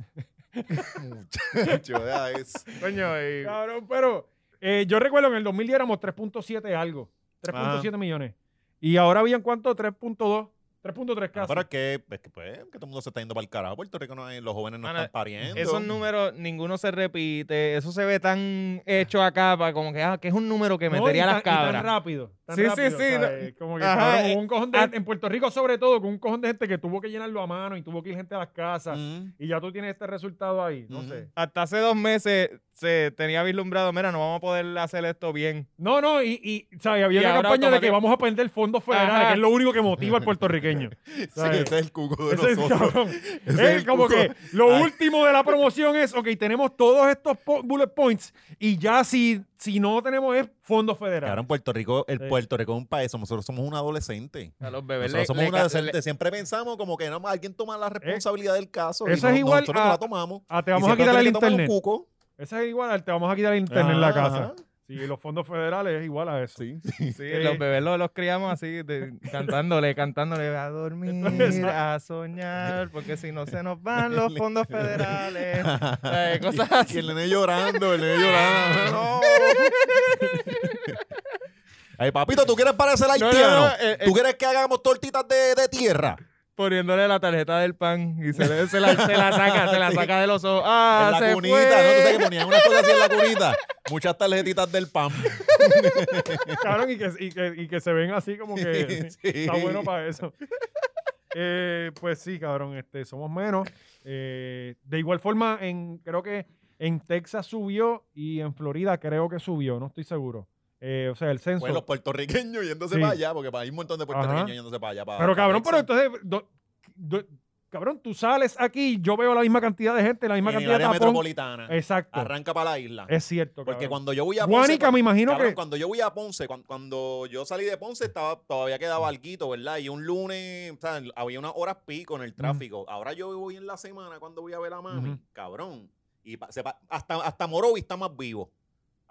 C: Muchacho, ah, es.
D: Coño, y-
B: Cabrón, pero eh, yo recuerdo en el 2010 éramos 3.7 algo. 3.7 millones. Y ahora habían cuánto? 3.2. 3.3
C: No,
B: casi.
C: pero es que, es que, pues, que todo el mundo se está yendo para el carajo. Puerto Rico no hay- los jóvenes no
D: Mano,
C: están pariendo.
D: Esos números, ninguno se repite. Eso se ve tan hecho acá, pa- como que, ah, que es un número que
B: No, y
D: metería
B: tan-
D: las
B: y tan
D: cabras.
B: rápido. tan
D: Sí, sí,
B: rápido,
D: sí,
B: o sea,
D: no.
B: eh, Como que
D: Ajá,
B: cabrón,
D: eh,
B: hubo un cojón de
D: ah.
B: gente- en Puerto Rico sobre todo, con un cojón de gente que tuvo que llenarlo a mano y tuvo que ir gente a las casas.
C: Mm.
B: Y ya tú tienes este resultado ahí. No
C: Ujú.
B: sé.
D: Hasta hace dos meses se tenía vislumbrado, mira, no vamos a poder hacer esto
C: (laughs)
D: bien.
B: No, no, y, y ¿sabes? había
D: Y
B: una
D: ahora
B: campaña de que
D: automático-
B: vamos a perder fondos federales,
D: Ajá.
B: que es lo único que motiva al
C: (laughs)
B: puertorriqueño.
C: Sí,
B: ¿sabes?
C: ese es el cuco de
B: Ese es,
C: nosotros.
B: cabrón.
C: Ese
B: Es
C: es el
B: como
C: cuco.
B: que lo
C: Ay.
B: último de la promoción es, ok, tenemos todos estos po- bullet points y ya si, si no tenemos es fondos
C: Claro, en
B: federales.
C: Puerto Rico, el
B: Sí.
C: Puerto Rico es un país, nosotros somos un adolescente.
D: A los bebés
C: Nosotros
D: le-
C: somos
D: le
C: un
D: ca-
C: adolescente.
D: le-
C: Siempre pensamos como que no, alguien toma la responsabilidad del caso. y
B: Eh, Eso es
C: no-
B: igual
C: Nosotros
B: a-
C: no la tomamos.
B: Ah, te
C: Y
B: vamos a
C: siempre
B: quitar el
C: tiene que tomar un
B: internet.
C: cuco.
B: Ese es igual, te vamos a quitar el internet en la
C: Ajá,
B: casa.
C: ajá.
B: Sí, y los fondos federales es igual a eso.
C: Sí, sí.
D: Sí,
B: Eh,
D: los bebés los, los criamos así,
C: (laughs)
D: de- cantándole, cantándole, a dormir, a
C: ah,
D: soñar, porque si no se nos
C: (laughs)
D: van los fondos federales. Eh, cosas
C: Y
D: así.
C: el nene llorando, el nene llorando. No. Ay, papito, ¿tú quieres parecer
D: no,
C: haitiano?
D: no, eh, eh.
C: ¿Tú quieres que hagamos tortitas de, de tierra?
D: Poniéndole la tarjeta del pan y se, le- se la, se la saca, se la
C: (laughs) Sí.
D: saca de los ojos. Ah,
C: en la
D: se
C: cunita, ¿no?
D: fue.
C: Tú sabes que ponían unas cosas así en la cunita. Muchas tarjetitas del PAM.
B: (laughs) Cabrón, y que, y, que, y que se ven así como
C: (laughs)
B: que
C: Sí.
B: está bueno para eso. Eh, pues sí, cabrón, este, somos menos. Eh, de igual forma, en, creo que en Texas subió y en Florida creo que subió, no estoy seguro. Eh, o sea, el censo.
C: Pues los puertorriqueños yéndose
B: Sí.
C: para allá, porque para- hay un montón de puertorriqueños
B: Ajá.
C: yéndose para allá. para-
B: pero
C: para
B: cabrón, pero
C: Texas.
B: entonces, do- do- cabrón, tú sales aquí, yo veo la misma cantidad de gente, la misma
C: en el
B: cantidad de
C: área
B: tapón.
C: metropolitana.
B: Exacto.
C: Arranca para la isla.
B: Es cierto,
C: Porque
B: cabrón.
C: cuando yo voy a Ponce,
B: Guánica,
C: cuando-
B: me imagino
C: cabrón,
B: que
C: cuando yo voy a Ponce, cuan- cuando, yo salí de Ponce, estaba, todavía quedaba alguito, ¿verdad? Y un lunes, o sea, había unas horas pico en el tráfico. Ahora yo voy en la semana cuando voy a ver a mami,
B: Ujú.
C: cabrón. Y pa- se pa- hasta, hasta Morovi está más vivo.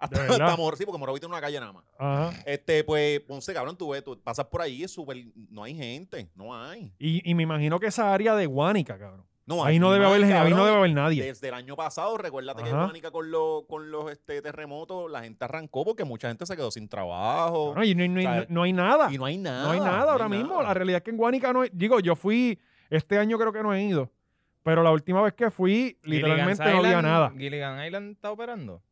C: (laughs) Hasta,
B: ¿De verdad?
C: hasta Mor- sí, porque Morovi tiene una calle nada más.
B: Ajá.
C: Este, pues, Ponce, cabrón, tú ves, tú pasas por ahí, es súper, no hay gente, no hay.
B: Y, y me imagino que esa área de Guánica, cabrón.
C: No hay
B: Ahí no debe
C: más,
B: haber, ahí no
C: cabrón.
B: debe haber nadie.
C: Desde el año pasado, recuérdate que
B: Ajá.
C: Mónica con los, con los este, terremotos, la gente arrancó porque mucha gente se quedó sin trabajo.
B: No, y no, no-
C: O sea,
B: no hay nada.
C: y no hay nada.
B: no hay nada ahora
C: hay
B: mismo.
C: nada.
B: La realidad es que en Guánica no hay- Digo, yo fui. Este año creo que no he ido. Pero la última vez que fui, literalmente no había
D: Gilligan's
B: nada.
D: Island- Gilligan Island está operando.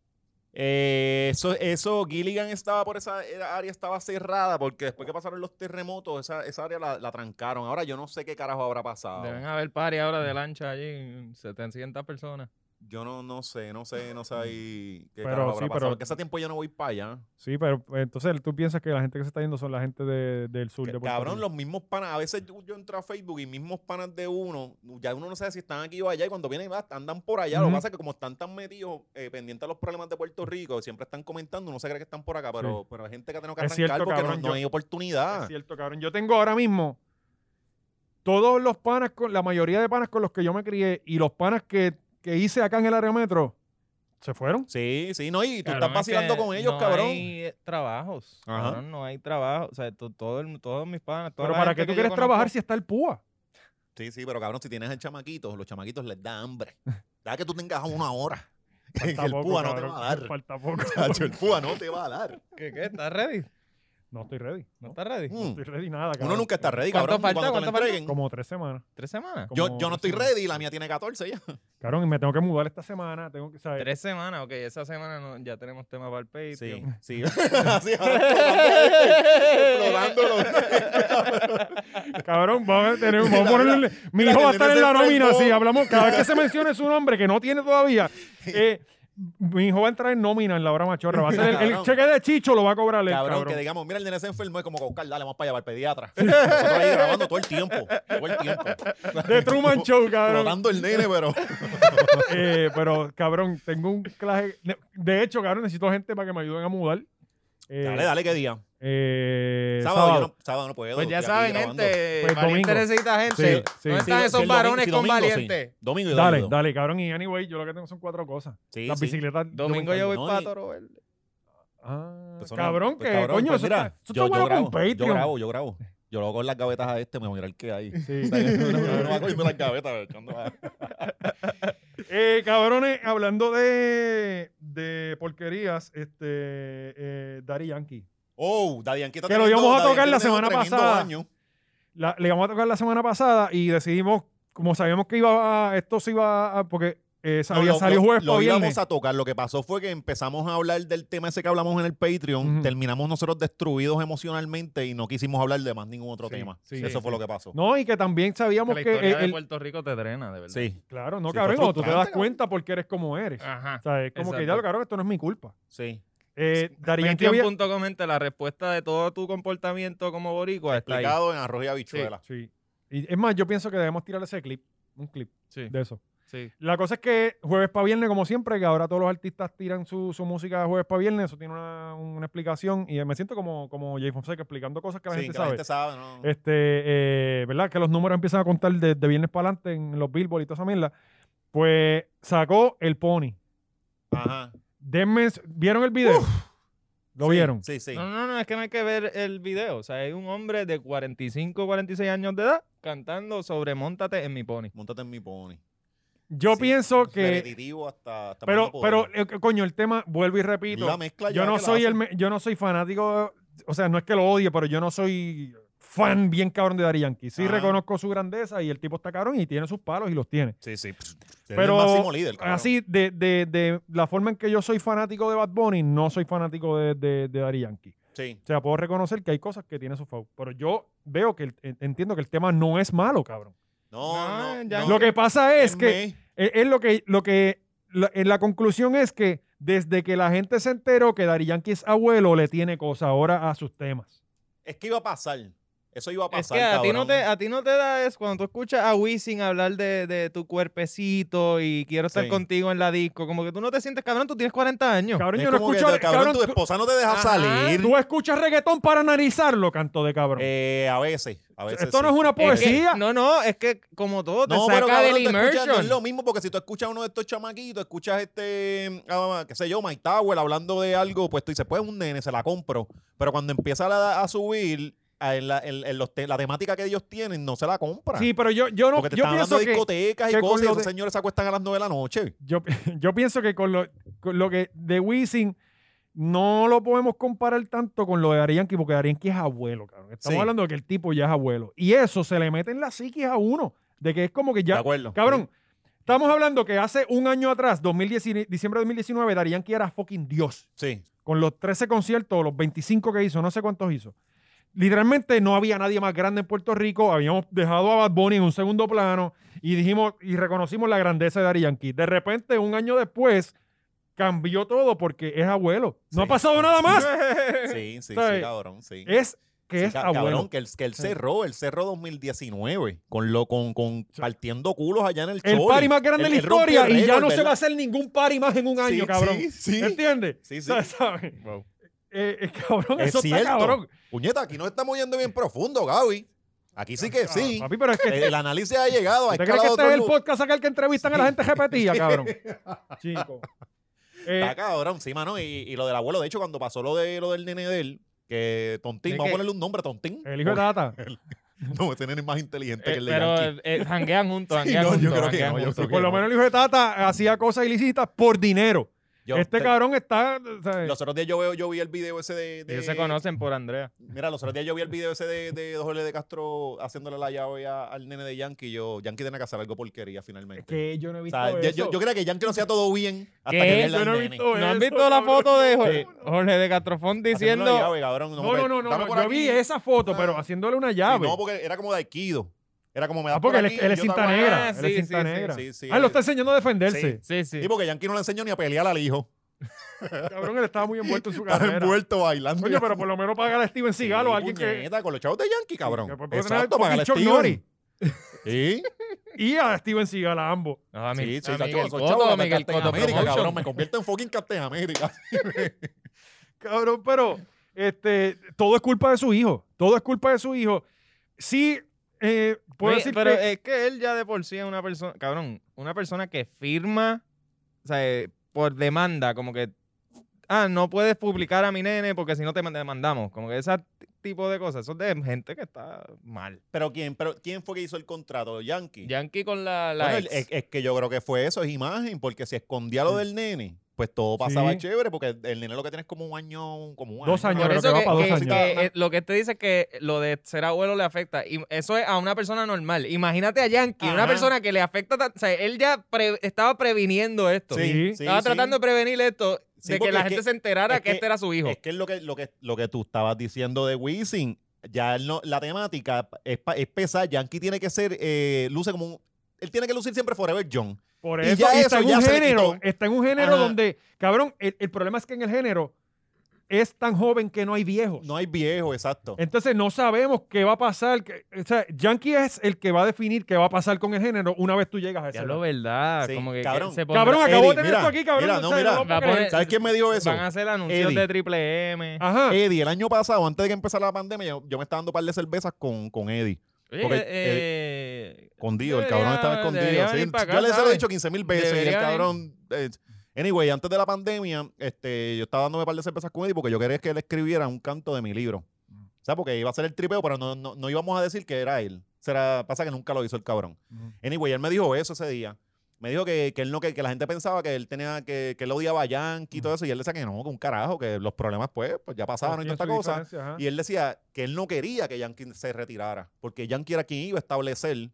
C: Eh, eso, eso, Gilligan estaba por esa era- área, estaba cerrada porque después que pasaron los terremotos, esa, esa área la, la trancaron. Ahora yo no sé qué carajo habrá pasado.
D: Deben haber party ahora de lancha allí, 700 personas.
C: Yo no, no sé, no sé, no sé ahí qué
B: Pero
C: carajo habrá
B: sí,
C: pasado.
B: pero-
C: Porque hace tiempo yo no voy para allá.
B: Sí, pero pues, entonces tú piensas que la gente que se está yendo son la gente de- del sur
C: Que,
B: de Puerto
C: cabrón,
B: Rico.
C: los mismos panas. A veces yo, yo entro a Facebook y mismos panas de uno, ya uno no sabe si están aquí o allá. Y cuando vienen, ah, andan por allá. Lo que
B: Ujú.
C: pasa es que como están tan metidos, eh, pendientes a los problemas de Puerto Rico, siempre están comentando, uno se cree que están por acá, pero, pero hay gente que ha tenido que
B: Es
C: arrancar
B: cierto,
C: porque
B: cabrón,
C: no, no
B: yo-
C: hay
B: Es
C: oportunidad.
B: cierto, cabrón. Yo tengo ahora mismo todos los panas, con, la mayoría de panas con los que yo me crié y los panas que, que hice acá en el área metro, se fueron.
C: Sí, sí, no, y tú
D: Cabrón,
C: estás
D: es
C: vacilando
D: que
C: con ellos,
D: no
C: cabrón.
D: hay eh, trabajos.
C: Ajá.
D: Cabrón, no hay trabajo. O sea, to- todo el- todos mis panas. toda
B: Pero
D: la
B: ¿para qué
D: gente
B: tú
D: que yo
B: quieres
D: conozco-
B: trabajar si está el púa?
C: Sí, sí, pero cabrón, si tienes el chamaquito, los chamaquitos les
B: (laughs)
C: da hambre. Da que tú tengas una hora. (laughs) (laughs) el
B: Falta poco,
C: púa no te
B: cabrón.
C: va a dar.
B: Falta poco.
C: Chacho, (laughs) el púa no te va a dar.
D: ¿Qué, qué? ¿Estás ready?
B: (laughs) No estoy ready.
D: ¿No estás ready?
C: Mm.
B: Estoy ready nada,
C: Uno
B: cabrón.
C: nunca está ready,
D: ¿Cuánto
C: cabrón. y
D: falta?
C: Cuando te lo
D: ¿Cuánto falta?
C: entreguen,
B: Como tres semanas.
D: ¿Tres semanas?
C: Yo,
B: como
C: yo no estoy
B: tres semanas.
C: ready, la mía tiene 14 ya.
B: Cabrón, y me tengo que mudar esta semana. Tengo que, ¿sabes?
D: Tres semanas, ok. Esa semana no- ya tenemos tema para el Patreon. (laughs)
C: Sí, (laughs) sí. Así, ahora
B: (laughs)
C: explotándolo.
B: Cabrón, vamos a
C: (laughs)
B: tener. Vamos a
C: Mira,
B: ponerle. Mi
C: mira,
B: hijo va a
C: que
B: estar
C: tienes
B: en la
C: el
B: nómina.
C: Facebook.
B: Si hablamos, cada vez que
C: (laughs)
B: se mencione su nombre, que no tiene todavía, eh, mi hijo va a entrar en nómina en la hora machorra. Va a ser el, el
C: Cabrón.
B: cheque de Chicho, lo va a cobrar él,
C: Cabrón,
B: cabrón.
C: que digamos, mira, el nene se enfermó, es como que Oscar, dale, vamos para allá, para
B: (laughs)
C: el pediatra. Nosotros ahí grabando todo el tiempo, todo el tiempo.
B: De
C: (laughs)
B: Truman Show, cabrón.
C: Explotando el nene,
B: (laughs)
C: pero...
B: Eh, pero, cabrón, tengo un clase. De hecho, cabrón, necesito gente para que me ayuden a mudar. Eh,
C: Dale, dale, ¿qué día?
B: eh,
C: Sábado,
B: sábado.
C: yo no, sábado no puedo.
D: Pues ya
C: estoy aquí
D: saben,
C: grabando.
D: gente.
B: Pues
D: valiente
B: domingo.
D: necesita gente.
B: Sí, sí.
D: ¿Dónde
C: Sí,
D: están
C: sí,
D: esos
C: el domingo-
D: varones
C: sí,
D: con
C: domingo, sí.
D: valiente?
C: Domingo y
B: Dale,
C: domingo.
B: dale, cabrón. Y anyway, yo lo que tengo son cuatro cosas.
C: Sí,
B: Las
C: sí.
B: bicicletas. yo me
D: Domingo yo
B: encargo.
D: voy
C: No,
D: para
C: y-
D: Toro Verde.
B: Ah,
C: Pues son-
B: cabrón,
C: pues,
B: que
C: cabrón,
B: coño,
C: pues
B: eso
C: mira,
B: está, eso está bueno con Patreon.
C: yo grabo, yo grabo. Yo lo hago en las gavetas a este, me voy a mirar qué
B: (laughs)
C: hay. (laughs)
B: Sí.
C: Uno va cogiendo las gavetas, a ver, echando la-
B: Eh, cabrones, hablando de, de porquerías, este, eh, Daddy Yankee.
C: Oh, Daddy Yankee está
B: Que lo
C: teniendo-
B: íbamos a
C: Daddy
B: tocar
C: Yankee
B: la
C: está teniendo
B: semana
C: tremendo
B: pasada.
C: año.
B: La- le íbamos a tocar la semana pasada y decidimos, como sabíamos que iba a, esto se iba a, porque eh,
C: No,
B: había
C: lo-
B: salido
C: lo-
B: jueves
C: lo
B: para viernes.
C: íbamos a tocar. Lo que pasó fue que empezamos a hablar del tema ese que hablamos en el Patreon.
B: Ujú.
C: Terminamos nosotros destruidos emocionalmente y no quisimos hablar de más ningún otro
B: Sí,
C: tema.
B: sí,
C: Eso
B: sí.
C: fue lo que pasó.
B: No, y que también sabíamos
D: La
B: que,
D: historia
B: eh,
D: de
B: el-
D: Puerto Rico te drena, de verdad.
C: Sí,
B: claro, no
C: Sí, fue Ah,
B: cabrón, cuando tú te das
C: frustrante,
B: cuenta porque eres como eres.
D: Ajá.
B: O sea, es como que ya
D: Exacto.
B: lo cabrón, esto no es mi culpa.
C: sí.
B: Eh, Daddy
D: Pues
B: Yankee había-
D: 21.comente la respuesta de todo tu comportamiento como boricua está ahí.
C: Explicado en arroz y habichuela.
B: Pues, Sí. Y es más, yo pienso que debemos tirar ese clip, un clip
D: Sí,
B: de eso.
D: sí.
B: La cosa es que jueves para viernes, como siempre, que ahora todos los artistas tiran su, su música de jueves para viernes, eso tiene una, una explicación y me siento como, como Jay Fonseca explicando cosas que la
C: Sí,
B: gente
C: que
B: sabe.
C: la gente sabe. ¿no?
B: Este, eh, ¿verdad? Que los números empiezan a contar de, de viernes para adelante en los Billboard y toda esa mierda. Pues sacó el Pony.
C: Ajá.
B: Denme, ¿Vieron el video? ¿Lo vieron?
C: Sí, sí.
D: No, no, no, es que no hay que ver el video. O sea, hay un hombre de 45, 46 años de edad cantando sobre Móntate en mi pony.
C: Móntate en mi pony.
B: Yo
C: Sí,
B: pienso que...
C: Repetitivo hasta. hasta
B: Pero,
C: más no
B: pero
C: poder.
B: eh, coño, el tema, vuelvo y repito.
C: La mezcla
B: yo
C: ya
B: no
C: que la
B: soy el
C: hacen.
B: me- yo no soy fanático o sea no es que lo odie pero yo no soy fan bien cabrón de Dari Yankee sí
C: Ajá.
B: reconozco su grandeza y el tipo está cabrón y tiene sus palos y los tiene
C: Sí, sí. pff, él es
B: pero
C: el máximo líder. cabrón.
B: así de, de- de la forma en que yo soy fanático de Bad Bunny no soy fanático de, de, de Daddy Yankee
C: Sí.
B: o sea puedo reconocer que hay cosas que tiene su favor pero yo veo que el- en- entiendo que el tema no es malo cabrón
C: No,
B: Ah,
D: No,
C: no.
D: ya-
C: no.
B: lo que pasa es
C: En
B: que e,
C: May.
B: es, es lo que, lo que la, en la conclusión es que desde que la gente se enteró que Dari Yankee es abuelo, le tiene cosa ahora a sus temas.
C: Es que iba a pasar. Eso iba a
D: Es
C: pasar.
D: que a ti, no
C: cabrón.
D: te, a ti no te da es cuando tú escuchas a Wisin hablar de, de tu cuerpecito y quiero estar
C: Sí.
D: contigo en la disco. Como que tú no te sientes cabrón, tú tienes 40 años.
B: Cabrón,
C: Es
B: yo no
C: como que,
B: escucho.
C: cabrón,
B: cabrón,
C: tu esposa no te deja
D: Ajá.
C: salir.
B: tú, tú escuchas reggaetón para analizarlo, canto de cabrón.
C: Eh, a veces. A veces
B: Esto no
C: sí.
B: es una
D: Es que-
B: poesía.
D: no, no, es que como todo te
C: No,
D: saca
C: pero cabrón,
D: del
C: tú escuchas, no es
D: immersion.
C: lo mismo porque si tú escuchas a uno de estos chamaquitos, escuchas este, ah, qué sé yo, Mike Tower hablando de algo, pues tú dices, pues un nene, se la compro. Pero cuando empieza la- a subir, a- en la, en- en los te- la temática que ellos tienen, no se la compra.
B: sí, pero yo, yo no.
C: porque te
B: Yo
C: están hablando
B: pienso
C: de
B: que.
C: discotecas
B: que
C: y
B: con
C: cosas, y
B: lo
C: esos
B: de-
C: señores se acuestan a las 9 de la noche.
B: Yo, yo (laughs) pienso que con lo, con lo que de Wisin no lo podemos comparar tanto con lo de Dari Yankee, porque Dari Yankee es abuelo, cabrón. Estamos
C: Sí.
B: hablando de que el tipo ya es abuelo. Y eso se le mete en la psiquis a uno. De que es como que
C: ¿De
B: ya,
C: acuerdo?
B: Cabrón, estamos hablando que hace un año atrás, 2019, diciembre de 2019, Daddy Yankee era fucking Dios.
C: Sí.
B: Con los 13 conciertos, los 25 que hizo, no sé cuántos hizo. Literalmente no había nadie más grande en Puerto Rico. Habíamos dejado a Bad Bunny en un segundo plano y dijimos y reconocimos la grandeza de Daddy Yankee. De repente, un año después, cambió todo porque es abuelo. No
C: Sí.
B: ha pasado nada más.
C: Sí, sí, sí,
B: ¿Sabes?
C: cabrón, sí.
B: Es que
C: Sí,
B: es ah,
C: ca-
B: abuelo.
C: cabrón, que él, que él cerró, él cerró 2019 con lo con, con partiendo culos allá en el
B: El
C: Choli.
B: party más grande
C: Él-
B: de la
C: él rompió
B: historia y ya
C: récord,
B: no se
C: ¿verdad?
B: va a hacer ningún party más en un año,
C: Sí,
B: cabrón.
C: Sí, sí.
B: ¿Entiendes?
C: Sí, sí.
B: O sea, (laughs) ¿sabes?
D: Wow.
B: Eh, eh, cabrón,
C: Es
B: eso
C: cierto.
B: está cabrón.
C: Puñeta, aquí nos estamos yendo bien profundo, Gaby. Aquí sí que sí.
B: Ah,
C: Eh,
B: Papi, pero es que.
C: El, el análisis ha llegado. Ha
B: ¿Te crees que
C: escalado
B: este
C: otro
B: es el
C: lu-
B: podcast aquel que entrevistan a la gente
C: (laughs)
B: repetida, cabrón? Chico. Eh,
C: Está cabrón, sí, mano. Y, y lo del abuelo, de hecho, cuando pasó lo de lo del nene de él, que Tontín,
D: Es
C: vamos
D: que-
C: a ponerle un nombre a Tontín.
B: el hijo de
C: Porque-
B: Tata.
C: (laughs) No, ese nene es más inteligente
D: Eh,
C: que el de
D: pero
C: Yankee.
D: eh, janguean juntos,
C: Sí,
D: janguean
C: no, yo
D: juntos,
C: creo que
D: janguean
C: no, yo
D: juntos.
C: creo
B: Por lo
C: no.
B: menos el hijo de Tata hacía cosas ilícitas por dinero.
C: Yo-
B: este
C: te-
B: cabrón está. o sea,
C: Los otros días yo veo, yo vi el video ese de. de-
D: Ellos se conocen por Andrea.
C: Mira, los otros días yo vi el video ese de, de Jorge de Castro haciéndole la llave a- al nene de Yankee. y Yo, Yankee tiene que hacer algo porquería finalmente.
B: es que yo no he
C: O
B: visto.
C: sea, yo,
B: eso.
C: yo, yo creía que Yankee no hacía todo bien hasta
D: ¿Qué?
C: que vea
B: Yo
C: al
B: no he
C: nene.
B: visto
D: ¿No han
B: eso,
D: visto la
B: cabrón.
D: foto de Jorge, Jorge de Castrofón
C: Haciéndole
D: diciendo
C: la llave, cabrón.
B: No, no, no, no.
C: dame
B: no,
C: por
B: yo
C: aquí.
B: vi esa foto,
C: Ah.
B: pero haciéndole una
C: Sí,
B: llave.
C: No, porque era como de Aikido. Era como me da
B: Ah, porque él, es- él es cinta negra.
D: Ah,
B: él es
D: sí,
B: cinta
D: sí,
B: negra.
C: sí, sí,
B: ah, él lo
C: él-
B: está enseñando a defenderse.
D: Sí, sí.
C: Y porque Yankee no le enseñó ni a pelear al hijo.
B: (laughs) Cabrón, él estaba muy envuelto en
C: (laughs)
B: su
C: Estaba
B: carrera.
C: envuelto bailando.
B: Ah, Coño, pero por lo menos pagar a Steven Seagal o a alguien que.
C: puñeta, Con los chavos de Yankee, cabrón.
B: que puede tener
C: Exacto,
B: fucking
C: para el
B: Chuck
C: Steven.
B: Norris.
C: Sí,
B: y a Steven Seagal, a ambos.
D: No, a mí-
C: sí, sí.
D: a
C: chacho,
D: Miguel
C: esos
D: Cotto,
C: chavos
D: a
C: me
D: Miguel
C: Captain
D: Cotto
C: America,
D: Promotion.
C: cabrón. Me convierto en fucking Captain América.
B: Cabrón, pero este, todo es culpa de su hijo. Todo es culpa de su hijo. Sí, eh, puedo
D: Oye,
B: decir
D: pero
B: que
D: es que él ya de por sí es una persona, cabrón, una persona que firma, o sea, eh, por demanda, como que, ah, no puedes publicar a mi nene porque si no te demandamos, como que ese t- tipo de cosas, eso es de gente que está mal.
C: Pero ¿quién, pero ¿quién fue que hizo el contrato? Yankee.
D: Yankee con la, la
C: Bueno, el-
D: ex.
C: es, es que yo creo que fue eso, es imagen, porque si escondía lo del nene, pues todo pasaba
B: Sí.
C: chévere, porque el nene lo que tiene es como un año, como un
B: Dos años.
C: año.
B: creo
D: Por eso
B: que va
D: que,
B: para dos
D: que-
B: años.
D: que, eh, lo que te dice es que lo de ser abuelo le afecta. Y eso es a una persona normal. Imagínate a Yankee, una
C: Ajá.
D: persona que le afecta. tan- O sea, él ya pre- estaba previniendo esto.
B: Sí,
D: estaba tratando de prevenir esto,
C: Sí,
D: de que
C: porque
D: la
C: es
D: gente
C: que-
D: se enterara
C: es
D: que,
C: que-
D: este era su hijo.
C: Es que es lo que, lo que, lo que tú estabas diciendo de Wisin. Ya él no, la temática es, pa- es pesada. Yankee tiene que ser, eh, luce como un. Él tiene que lucir siempre Forever John.
B: por
C: y
B: eso,
C: ya
B: y está
C: eso
B: en
C: ya
B: un
C: se le
B: género.
C: quitó.
B: Está en un género
C: Ajá.
B: donde, cabrón, el, el problema es que en el género es tan joven que no hay viejos.
C: No hay viejo, exacto.
B: Entonces no sabemos qué va a pasar. que- o sea, Yankee es el que va a definir qué va a pasar con el género una vez tú llegas a ese.
D: Ya lo
B: lado.
D: verdad.
C: Sí,
D: como que, que
C: cabrón.
D: se pondrá-
B: Cabrón, acabo de
C: Eddie,
B: tener
C: mira,
B: esto aquí, cabrón.
C: mira,
B: o
C: no,
B: sea,
C: mira.
B: lo
D: Va a
B: puedo
D: poner-
B: creer.
C: ¿Sabes quién me dio eso?
D: Van a hacer anuncios
C: Eddie.
D: de triple M.
B: Ajá.
C: Eddie, el año pasado, antes de que empezara la pandemia, yo, yo me estaba dando un par de cervezas con, con Eddie.
D: Oye,
C: porque,
D: eh,
C: Escondido, el
D: Debería-
C: cabrón estaba escondido.
D: debería
C: sí.
D: venir pa' acá,
C: yo le se lo he
D: ¿sabes?
C: dicho 15 mil veces y
D: Debería
C: el
D: venir.
C: cabrón. eh, Anyway, antes de la pandemia, este, yo estaba dándome un par de cervezas con Eddie porque yo quería que él escribiera un canto de mi libro. O sea, porque iba a ser el tripeo, pero no, no, no íbamos a decir que era él. Será, pasa que nunca lo hizo el cabrón.
B: Ujú.
C: Anyway, él me dijo eso ese día. Me dijo que, que él no, que, que la gente pensaba que él tenía, que, que él odiaba a Yankee y todo eso. Y él decía que no, que un carajo, que los problemas pues, pues ya pasaron
B: Tiene
C: y toda esta
B: su
C: cosa.
B: diferencia, ajá.
C: Y él decía que él no quería que Yankee se retirara, porque Yankee era quien iba a establecer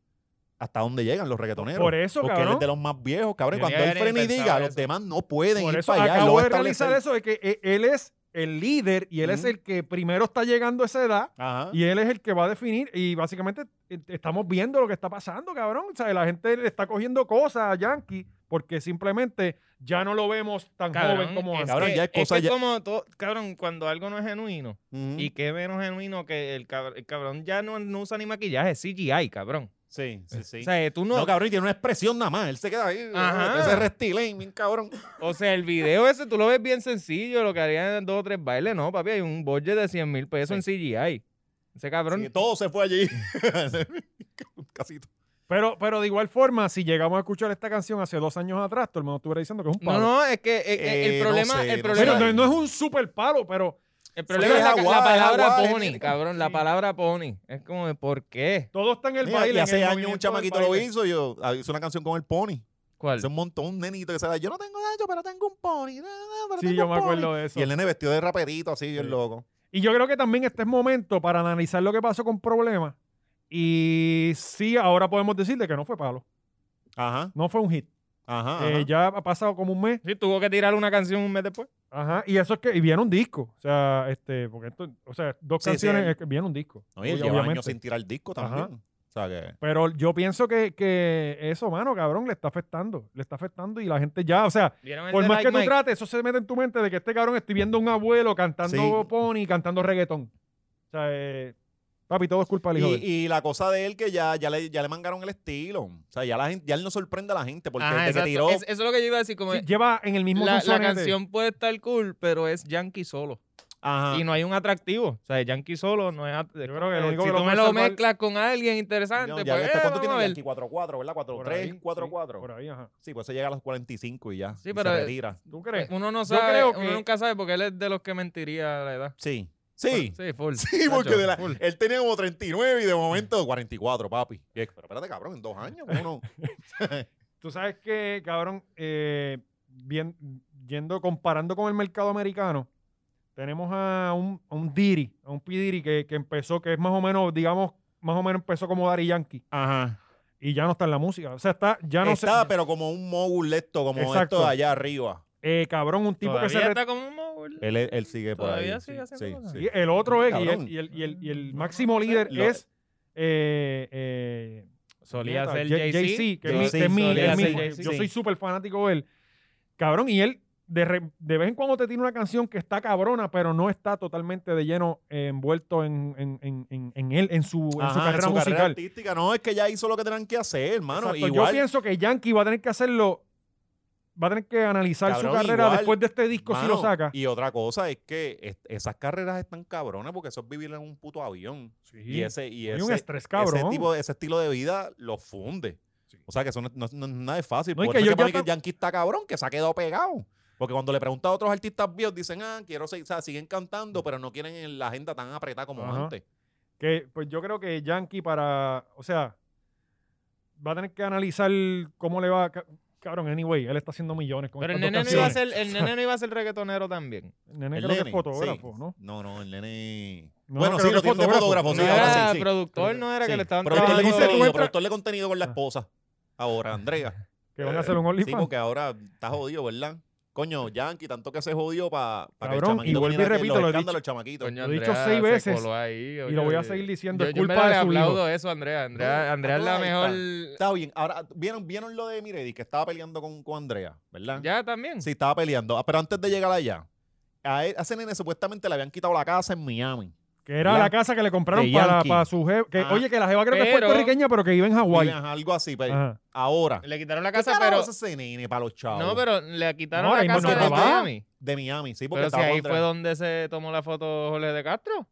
C: hasta dónde llegan los reggaetoneros.
B: Por eso,
C: porque él
B: cabrón.
C: es de los más viejos, cabrón. Y
D: Yo ni
C: Cuando él
D: había
C: frene y
D: pensado
C: diga,
D: eso.
C: los demás no pueden
B: Por
C: ir
B: eso
C: para allá. Él lo
B: acabo
C: va a
B: de
C: establecer.
B: realizar eso de que eh, él es el líder y él es
C: Ujú.
B: el que primero está llegando a esa edad
C: Ajá.
B: y él es el que va a definir y básicamente eh, estamos viendo lo que está pasando, cabrón. O sea, la gente le está cogiendo cosas a Yankee porque simplemente ya no lo vemos tan joven como antes.
C: Cabrón,
D: que-
C: ya es cosa
D: que
C: ya-
D: como todo, cabrón, cuando algo no es genuino,
C: Ujú.
D: y qué menos genuino que el, cabr- el cabrón ya no, no usa ni maquillaje, es CGI, cabrón.
C: Sí, sí, sí.
D: O sea, tú no,
C: no, cabrón, y tiene una expresión nada más. Él se queda ahí. eh,
D: Ajá.
C: Ese restilén, bien cabrón.
D: O sea, el video ese tú lo ves bien sencillo, lo que harían en dos o tres bailes, no, papi, hay un budget de 100 mil pesos en CGI. Ese cabrón.
C: Sí, todo se fue allí. (laughs) Casi todo.
B: Pero, pero de igual forma, si llegamos a escuchar esta canción hace dos años atrás, todo el mundo estuviera diciendo que es un
D: no,
B: palo.
D: no, es que eh, eh,
C: Eh,
D: el
C: no
D: problema,
C: sé,
D: el
C: no
D: problema,
B: Pero no,
C: sé.
B: no es un super palo, pero
D: el problema es la,
C: Deja
D: la
C: guay, deja
D: palabra
C: guay,
D: pony,
C: nene.
D: cabrón, la
B: Sí.
D: palabra pony. Es como de por qué.
B: todo está en el
C: Mira,
B: baile.
C: y
B: en
C: hace
B: el
C: años un
B: movimiento del
C: chamaquito lo
B: baile.
C: hizo. Yo ah, hice una canción con el pony.
D: ¿Cuál?
C: Hace un montón, un nenito que se da, yo no tengo nada, pero tengo un pony. da, da, pero
B: Sí,
C: tengo
B: yo
C: un
B: me
C: pony".
B: acuerdo de eso.
C: Y el nene vestido de raperito, así, bien
B: Sí.
C: loco.
B: Y yo creo que también este es momento para analizar lo que pasó con Problema. Y sí, ahora podemos decirle que no fue palo.
C: Ajá,
B: No fue un hit.
C: ajá.
B: Eh,
C: Ah, ajá.
B: ya ha pasado como un mes.
D: Sí, tuvo que tirar una canción un mes después.
B: Ajá. Y eso es que. Y viene un disco. O sea, este, porque esto, o sea, dos
C: Sí, sí,
B: canciones.
C: él-
B: es que viene un disco.
C: No, y él
B: obvi-
C: lleva
B: obviamente.
C: años sin tirar el disco también.
B: Ajá.
C: O sea que.
B: Pero yo pienso que, que eso, mano, cabrón, le está afectando. Le está afectando y la gente ya, o sea,
D: ¿Vieron el
B: por
D: de
B: más
D: Like
B: que tú
D: Mike?
B: trates, eso se mete en tu mente de que este cabrón estoy viendo a un abuelo cantando
C: Sí.
B: pony, cantando reggaetón. O sea, eh, papi, todo es culpa del hijo de él.
C: Y, y la cosa de él que ya, ya, le, ya le mangaron el estilo. O sea, ya, la gente, ya él no sorprende a la gente porque
D: Ajá,
C: desde que
D: exacto.
C: tiró.
D: Es- eso es lo que yo iba a decir, como
B: Sí,
D: es-
B: lleva en el mismo
D: Pues, la, la
B: sonsonete.
D: canción puede estar cool, pero es Yankee solo.
C: Ajá.
D: Y no hay un atractivo. O sea, Yankee solo no es. at-
B: creo que lo único
D: si
B: que lo puede
D: tú me lo
B: salvar-
D: mezclas con alguien interesante,
C: No,
D: pues.
C: ya, ya
D: eh,
C: está, ¿Cuánto
D: vamos a
C: tiene
D: ver.
C: Yankee? 4-4, ¿verdad? 4
B: Por
C: 3
B: ahí,
C: 4
B: sí,
C: 4
B: Por ahí, ajá.
C: Sí, pues se llega a los 45 y ya.
D: Sí,
C: y
D: pero-
C: se retira.
B: ¿Tú crees?
D: Uno no
B: Yo
D: sabe,
B: creo
D: uno
B: que-
D: nunca sabe porque él es de los que mentiría a la edad.
C: Sí. Sí.
D: Sí, full.
C: (laughs) Sí, porque
D: Chacho,
C: de la-
D: full.
C: él tenía como 39 y de momento 44, papi. Y es, pero espérate, cabrón, en dos años. Uno,
B: Tú sabes que, cabrón, eh, bien, yendo, comparando con el mercado americano, tenemos a un, a un Diri, a un P. Diri que, que empezó, que es más o menos, digamos, más o menos empezó como Dari Yankee.
C: Ajá.
B: Y ya no está en la música. O sea, está, ya no
C: Está,
B: sé.
C: pero como un mogul esto, como
B: Exacto.
C: esto de allá arriba.
B: Eh, cabrón, un tipo
D: Todavía
B: que se
D: está como un mogul.
C: Él, él sigue por
D: Todavía
C: ahí.
D: sigue haciendo cosas.
B: Sí, el otro es, y eh,
C: Cabrón.
B: el, y el- y el- y el máximo líder
C: Lo-
B: es. eh, eh,
D: Solía
B: puñeta,
D: ser
B: Jay-
D: Jay-Z.
B: Jay-Z, que es mi-
C: Jay-Z,
B: que es mi-
C: solía
B: es mi-
C: ser Jay-Z.
B: Yo
C: Sí.
B: soy súper fanático de él. Cabrón, y él de, re- de vez en cuando te tiene una canción que está cabrona, pero no está totalmente de lleno eh, envuelto en, en- en- en- en él, en su, en su
C: Ajá,
B: carrera musical.
C: artística. No, es que ya hizo lo que tenían que hacer, hermano.
B: Exacto, Yo
C: Igual.
B: pienso que Yankee va a tener que hacerlo, va a tener que analizar su
C: Cabrón,
B: carrera
C: igual,
B: después de este disco si lo
C: mano,
B: saca.
C: Y otra cosa es que es- esas carreras están cabronas porque eso es vivir en un puto avión. Y ese, y
B: Hay
C: ese,
B: un estrés
C: ese
B: cabrón.
C: tipo, ese estilo de vida lo funde. O sea que eso no, no- no es nada de fácil.
B: No, y
C: Por
B: que
C: eso es
B: yo
C: que para
B: ya
C: mí que
B: tam-
C: Yankee está cabrón, que se ha quedado pegado. Porque cuando le preguntas a otros artistas viejos, dicen, ah, quiero seguir, o sea, siguen cantando, pero no quieren en la agenda tan apretada como
B: Ajá.
C: antes.
B: Que, pues yo creo que Yankee para, o sea, va a tener que analizar cómo le va, ca- cabrón, anyway, él está haciendo millones con
D: Pero el
B: estas dos
D: nene, no iba a
B: canciones.
D: ser, el nene no iba a ser reggaetonero también.
B: El nene
C: El
B: creo que
C: nene,
B: es fotógrafo,
C: sí.
B: ¿no?
C: No, no, el nene.
B: No,
C: bueno,
B: creo
C: sí,
B: que
C: lo tiene de
B: fotógrafo.
C: fotógrafo,
D: No
C: sí,
D: era
C: ahora sí. sí.
D: productor, no era
C: Sí.
D: que le estaban
C: productor, de
B: trabajando-
C: contenido,
B: Dice, tú
C: productor de contenido con la esposa. Ahora, Andrea.
B: Que van a hacer un
C: Sí,
B: OnlyFans.
C: porque ahora está jodido, ¿verdad? Coño, Yankee, tanto que se jodió para que el
B: Cabrón, y
C: chamaquito
B: vuelvo y
C: viniera aquí,
B: repito,
C: los
B: lo he
C: escándalos,
B: dicho.
C: el chamaquito.
D: Coño,
B: Lo he dicho
D: Andrea
B: seis
D: se
B: veces,
D: coló ahí,
B: y lo voy a
D: oye.
B: seguir diciendo,
D: Yo-
B: es
D: yo en
B: culpa
D: verdad
B: de
D: le
B: su hijo.
D: aplaudo eso, Andrea. Andrea,
C: No,
D: Andrea es la
C: ahí
D: mejor.
C: está. Está bien. Ahora, ¿vieron, vieron lo de Miredi que estaba peleando con, con Andrea, ¿verdad?
D: Ya también.
C: Sí, estaba peleando. Ah, Pero antes de llegar allá, a, él- a ese nene supuestamente le habían quitado la casa en Miami.
B: Que era
C: Yan-
B: la casa que le compraron
C: de
B: para,
C: Yankee.
B: para su jeva. Que,
C: Ah.
B: oye, que la jeva creo que es
D: Pero-
B: puertorriqueña, pero que vive en Hawái.
C: Miren, Algo así, pero
B: Ajá.
C: ahora.
D: Le quitaron la
C: ¿Qué
D: casa,
C: carajo
D: pero.
C: hace ese nene para los chavos
D: No, pero le quitaron
B: No,
D: la
B: ahí mismo
D: casa de
C: no trabaja.
D: Miami.
C: de Miami? Sí, porque
D: Pero si
C: estaba
D: ahí
C: con
D: fue
C: Andrea.
D: donde se tomó la foto Jorge de Castro.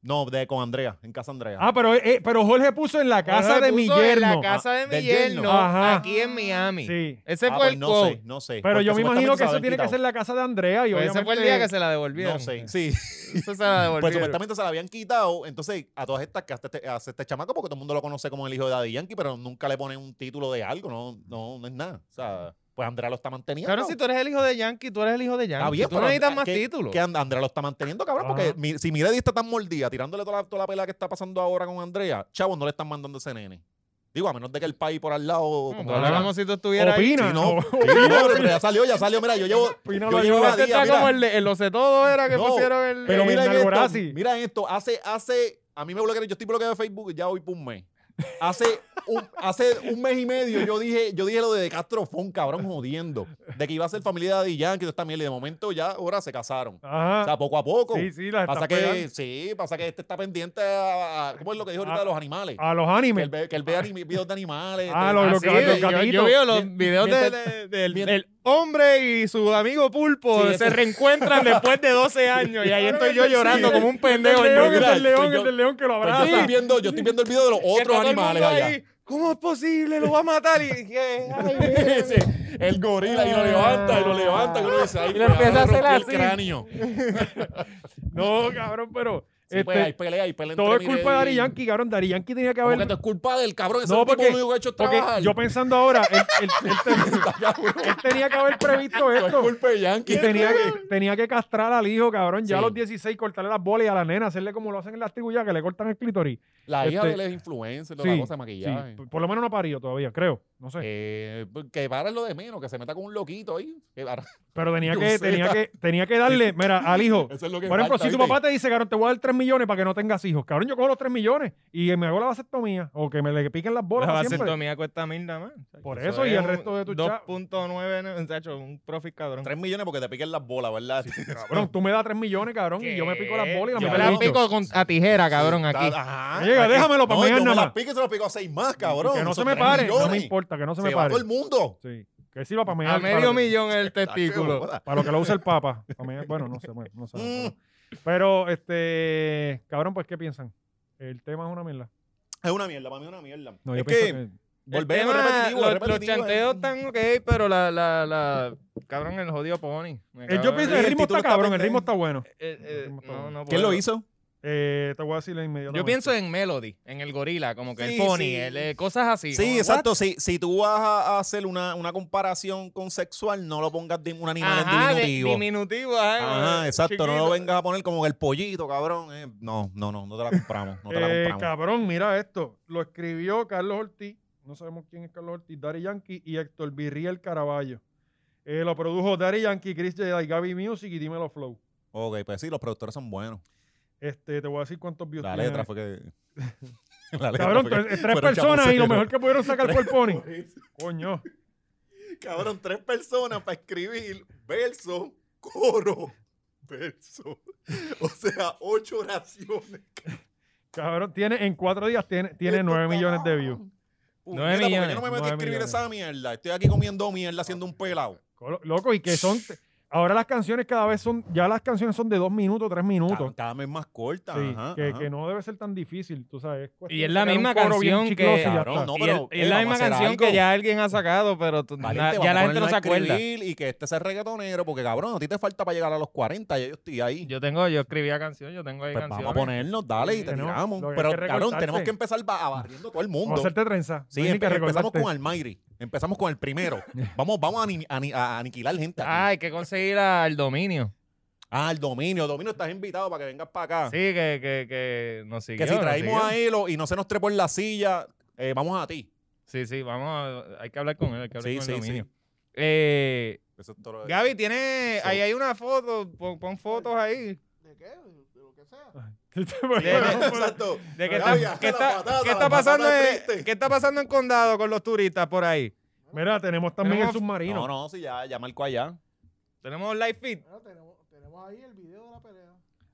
C: No, de con Andrea, en casa Andrea.
B: Ah, pero, eh, pero Jorge puso en la casa
D: Jorge
B: de mi
D: puso En
B: yerno.
D: la casa de mi
C: Ah, del yerno.
D: yerno,
B: Ajá.
D: aquí en Miami.
B: Sí.
D: Ese
C: Ah,
D: Este fue
C: pues
D: el
C: no
D: quote.
C: sé, no sé.
B: Pero yo me
C: porque
B: imagino que
C: supuestamente se
B: eso
C: la
B: tiene que
C: habían
B: ser la casa de Andrea y
D: Pues ese fue el día que se la
C: quitado.
D: devolvieron.
C: No sé, sí.
D: (laughs) Eso se la
C: Pues
D: devolvieron.
C: supuestamente se la habían quitado. Entonces, a todas estas que hace este, hace este chamaco, porque todo el mundo lo conoce como el hijo de Daddy Yankee, pero nunca le ponen un título de algo, no, no, no es nada. O sea, pues Andrea lo está manteniendo.
D: Claro, si tú eres el hijo de Yankee, tú eres el hijo de Yankee.
C: Está bien,
D: tú
C: pero
D: no necesitas
C: Andrea-
D: más
C: que-
D: títulos.
C: Que And- Andrea lo está manteniendo, cabrón,
B: Ajá.
C: porque mi- si Miredi está tan mordida, tirándole toda la, toda la pelea que está pasando ahora con Andrea, chavos, no le están mandando ese nene. Digo, a menos de que el país por al
B: Mm.
C: lado...
D: No,
C: como
D: tú hablas
C: la-
D: como si tú estuvieras ahí.
B: Opina.
C: Sí, no,
B: no.
C: sí, no, pero ya salió, ya salió. Mira, yo llevo.
B: (laughs) Opina
C: yo
B: lo
C: llevaba
D: Este
C: días,
D: está
C: mira.
D: como el, de- el los de todo era que
C: No,
D: pusieron el...
C: Pero
B: Eh,
C: mira en
B: Nalgorazi.
C: esto, mira en esto, hace, hace, a mí me bloquearon, yo estoy bloqueado de Facebook ya hoy por un mes. Hace un, hace un mes y medio yo dije, yo dije lo de Castro fue un cabrón jodiendo, de que iba a ser familia de Daddy Yankee, toda esta mierda, y de momento ya ahora se casaron.
B: Ajá.
C: O sea, poco a poco.
B: sí, sí, la
C: pasa
B: está
C: que,
B: pegando.
C: sí, pasa que este está pendiente a, a- ¿cómo es lo que dijo
D: Ah,
C: ahorita
B: A-
C: de los animales?
B: A los
C: que, él
B: animes.
C: ve, que él ve anim- videos de animales. este,
B: Ah,
C: de-
B: lo-
D: Ah,
B: lo
D: sí,
B: que- los
D: yo- yo,
B: gatitos.
D: veo los
C: Bien-
D: videos
C: bien-
D: de- de- del
C: bien-
D: del hombre y su amigo Pulpo
C: Sí,
D: se
C: ese-
D: reencuentran
B: (laughs)
D: después de 12 años y ahí estoy yo
B: Sí,
D: llorando
B: el-
D: como un pendejo.
B: El
D: en
B: león,
D: mi
B: el
C: mira,
B: del león,
C: yo-
B: el del león que lo
C: Pues yo,
B: abraza.
C: estoy viendo, yo estoy viendo el video de los
D: Que
C: otros
D: está todo el
C: animales
D: mundo
C: allá.
D: ahí, ¿Cómo es posible? Lo va a matar. Y, que- ay, mira.
C: (laughs) Sí, el gorila y lo levanta y lo levanta y uno dice, ay,
D: Y le empieza a
C: cuidado,
D: hacer
C: rompí
D: así.
C: el cráneo. Sí,
B: No, cabrón, pero.
C: pues,
B: este,
C: hay pelea, hay pelea
B: todo
C: entre
B: es culpa de Dari
C: Mireille.
B: Yankee, cabrón. Dari Yankee tenía que
C: Como que
B: haber.
C: esto es culpa del cabrón, ese
B: No,
C: tipo
B: porque-
C: lo único que ha hecho es
B: Porque
C: trabajar.
B: yo pensando ahora, él, él- él te- él tenía que haber previsto
C: Todo (laughs) es
B: esto.
C: culpa de
B: Y
C: Yankee.
B: tenía que, tenía que castrar al hijo, cabrón, ya a
C: Sí.
B: los 16, cortarle las bolas y a la nena, hacerle como lo hacen en las tribus ya, que le cortan el clítoris.
C: La hija
B: Este-
C: de él es influencer, toda
B: Sí,
C: la
B: Sí,
C: cosa de
B: pues.
C: maquillaje.
B: por- por lo menos no ha parido todavía, creo. No sé.
C: Eh, que para lo de menos, que se meta con un loquito ahí. Que para-
B: Pero tenía
C: yo
B: que,
C: sé,
B: tenía
C: ta-
B: que, tenía que darle, mira, al hijo.
C: (laughs) Eso es lo que
B: Por ejemplo,
C: falta,
B: si tu
C: ¿viste?
B: papá te dice, cabrón, te voy a dar 3 millones para que no tengas hijos. Cabrón, yo cojo los 3 millones y me hago la vasectomía o que me le piquen las bolas.
D: La
B: para siempre.
D: vasectomía cuesta mil nada más.
B: Por eso, y
D: es
B: el
D: un
B: resto de tu chavo.
D: 2.9, no, muchacho, un profit cabrón.
C: Tres millones porque te piquen las bolas, ¿verdad?
B: (laughs) Cabrón, tú me das 3 millones, cabrón, y yo me pico las bolas y las
D: Yo
C: Yo
B: meto
D: me
B: en
C: la
B: el
D: la
B: bicho.
D: pico con, a
B: Ah,
D: tijera, cabrón,
C: Está-
D: aquí.
C: ajá,
B: Llega,
C: aquí.
B: déjamelo para
C: no,
B: mear
C: yo me
B: nada
C: las
B: más.
C: pico y se las pico a seis más, cabrón.
B: Que no se
C: Son
B: me
C: tres
B: pare, no
C: millones.
B: me importa, que no se, me
C: va
B: pare.
C: todo el mundo.
B: Sí, que sirva para mear.
D: A
B: para
D: medio
B: lo que-
D: millón el testículo.
B: Para lo que lo usa el Papa. Pa' mear. Bueno, no sé, bueno, no sé.
C: Mm.
B: no sé. Pero, este, cabrón, pues, ¿qué piensan? El tema es una mierda.
C: Es una mierda, para mí es una mierda.
B: No, yo
C: es
B: pienso
C: que
B: que...
D: El
C: volvemos
D: tema,
C: repetitivo,
D: los,
C: repetitivo, eh.
D: los chanteos están ok, pero la, la, la, cabrón, el jodido pony. Me
B: Eh,
D: cago
B: yo
D: en-
B: pienso que el ritmo
C: el
B: está
C: título está
B: cabrón, el
C: pendejo.
B: ritmo está bueno.
D: Eh, eh,
B: ritmo está
D: no,
B: bueno.
D: no
C: ¿Quién
D: puedo.
C: lo hizo?
B: Eh, te voy a decirle inmediatamente.
D: Yo pienso en Melody, en el gorila, como que
C: Sí,
D: el pony,
C: sí.
D: el, eh, cosas así.
C: Sí,
D: como,
C: exacto. Si, si tú vas a a hacer una, una comparación con sexual, no lo pongas dim- un
D: "What?".
C: animal
D: Ajá,
C: en
D: de-
C: diminutivo.
D: diminutivo, ajá,
C: Ajá,
D: eh,
C: exacto. No
D: chiquito.
C: lo vengas a poner como que el pollito, cabrón. eh, no, no, no, no te la compramos. No te la
B: (laughs) Eh,
C: compramos.
B: cabrón, mira esto. Lo escribió Carlos Ortiz. No sabemos quién es Carlos Ortiz. Dari Yankee y Héctor Virriel Caraballo. Eh, lo produjo Dari Yankee, Chris Jedi, Gaby Music y Dímelo Flow.
C: ok, pues sí, los productores son buenos.
B: Este, te voy a decir cuántos views
C: La
B: tiene.
C: letra
B: (laughs)
C: fue que. (laughs) la letra
B: eh. Cabrón,
C: fue que
B: tres, tres
C: fueron
B: personas y lo
C: chapuceros.
B: mejor que pudieron sacar fue el pony. Coño.
C: (laughs) Cabrón, tres personas para escribir verso, coro, verso. O sea, ocho oraciones.
B: Cabrón, tiene, en cuatro días tiene, tiene nueve millones de views.
C: Nueve
D: millones,
C: Yo no me metí
B: nueve
C: a escribir
B: millones.
C: esa mierda. Estoy aquí comiendo mierda haciendo un pelado.
B: Colo- Loco, y que son. Ahora las canciones cada vez son. Ya las canciones son de dos minutos, tres
C: Cada,
B: minutos.
C: cada vez más corta.
B: Sí,
C: ajá,
B: que,
C: ajá.
B: que no debe ser tan difícil, tú sabes. cuestión
D: Y es
B: de
D: la
B: sacar un
D: misma
B: coro bien
D: canción que-
B: chicloso y ya
C: Cabrón,
B: está.
C: no,
D: Y
C: pero.
D: el- es
C: eh,
D: la
C: vamos a
D: misma
C: hacer
D: canción que
C: algo.
D: ya alguien ha sacado, pero tú-
C: Valiente,
D: na-
C: vamos
D: ya
C: a
D: la gente no
C: ponernos
D: se
C: a
D: acuerda.
C: escribir Y que este sea reggaetonero, porque cabrón, a ti te falta para llegar a los 40. Ya yo estoy ahí.
D: Yo tengo, yo escribía canción, yo tengo ahí
C: Pues
D: canciones.
C: vamos a ponernos, dale, y te
B: Tenemos-
C: tiramos.
B: lo que hay
C: Pero,
B: que
C: cabrón,
B: recortarte.
C: tenemos que empezar ba- a barriendo todo el
B: Vamos a
C: mundo.
B: hacerte trenza.
C: Sí,
B: Ven y
C: empe-
B: que
C: empezamos
B: recordarte.
C: con Almairi. Empezamos con el
B: (laughs)
C: primero. Vamos, vamos a, ani- ani- a aniquilar gente. aquí.
D: Ah, hay que conseguir al dominio.
C: Ah, el dominio. Dominio, estás invitado para que vengas para acá.
D: Sí, que, que, que nos siguió.
C: Ah. que si
D: nos
C: traímos a
D: siguió.
C: Elo y no se nos trepó en la silla, eh, vamos a ti.
D: Sí, sí, vamos a, hay que hablar con él, hay que hablar
C: Sí,
D: con
C: sí,
D: el dominio.
C: sí.
D: Eh,
C: Eso es todo lo-
D: Gaby, tiene,
C: Sí.
D: ahí hay una foto, pon, pon fotos ahí.
E: ¿De qué? De lo que sea.
C: (laughs)
B: Ah. (laughs)
C: Exacto.
D: De que
C: Gaby,
D: está-
C: hasta
D: ¿qué,
C: la
D: está,
C: patata,
D: qué
C: la
D: está
C: patata
D: pasando
C: es
D: en,
C: triste.
D: ¿Qué está pasando en Condado con los turistas por ahí?
B: Mira, tenemos también el
D: Tenemos-
B: submarino.
C: No, no, si ya, ya marcó allá.
D: Tenemos live feed.
E: Bueno, tenemos, tenemos ahí el video de la pelea.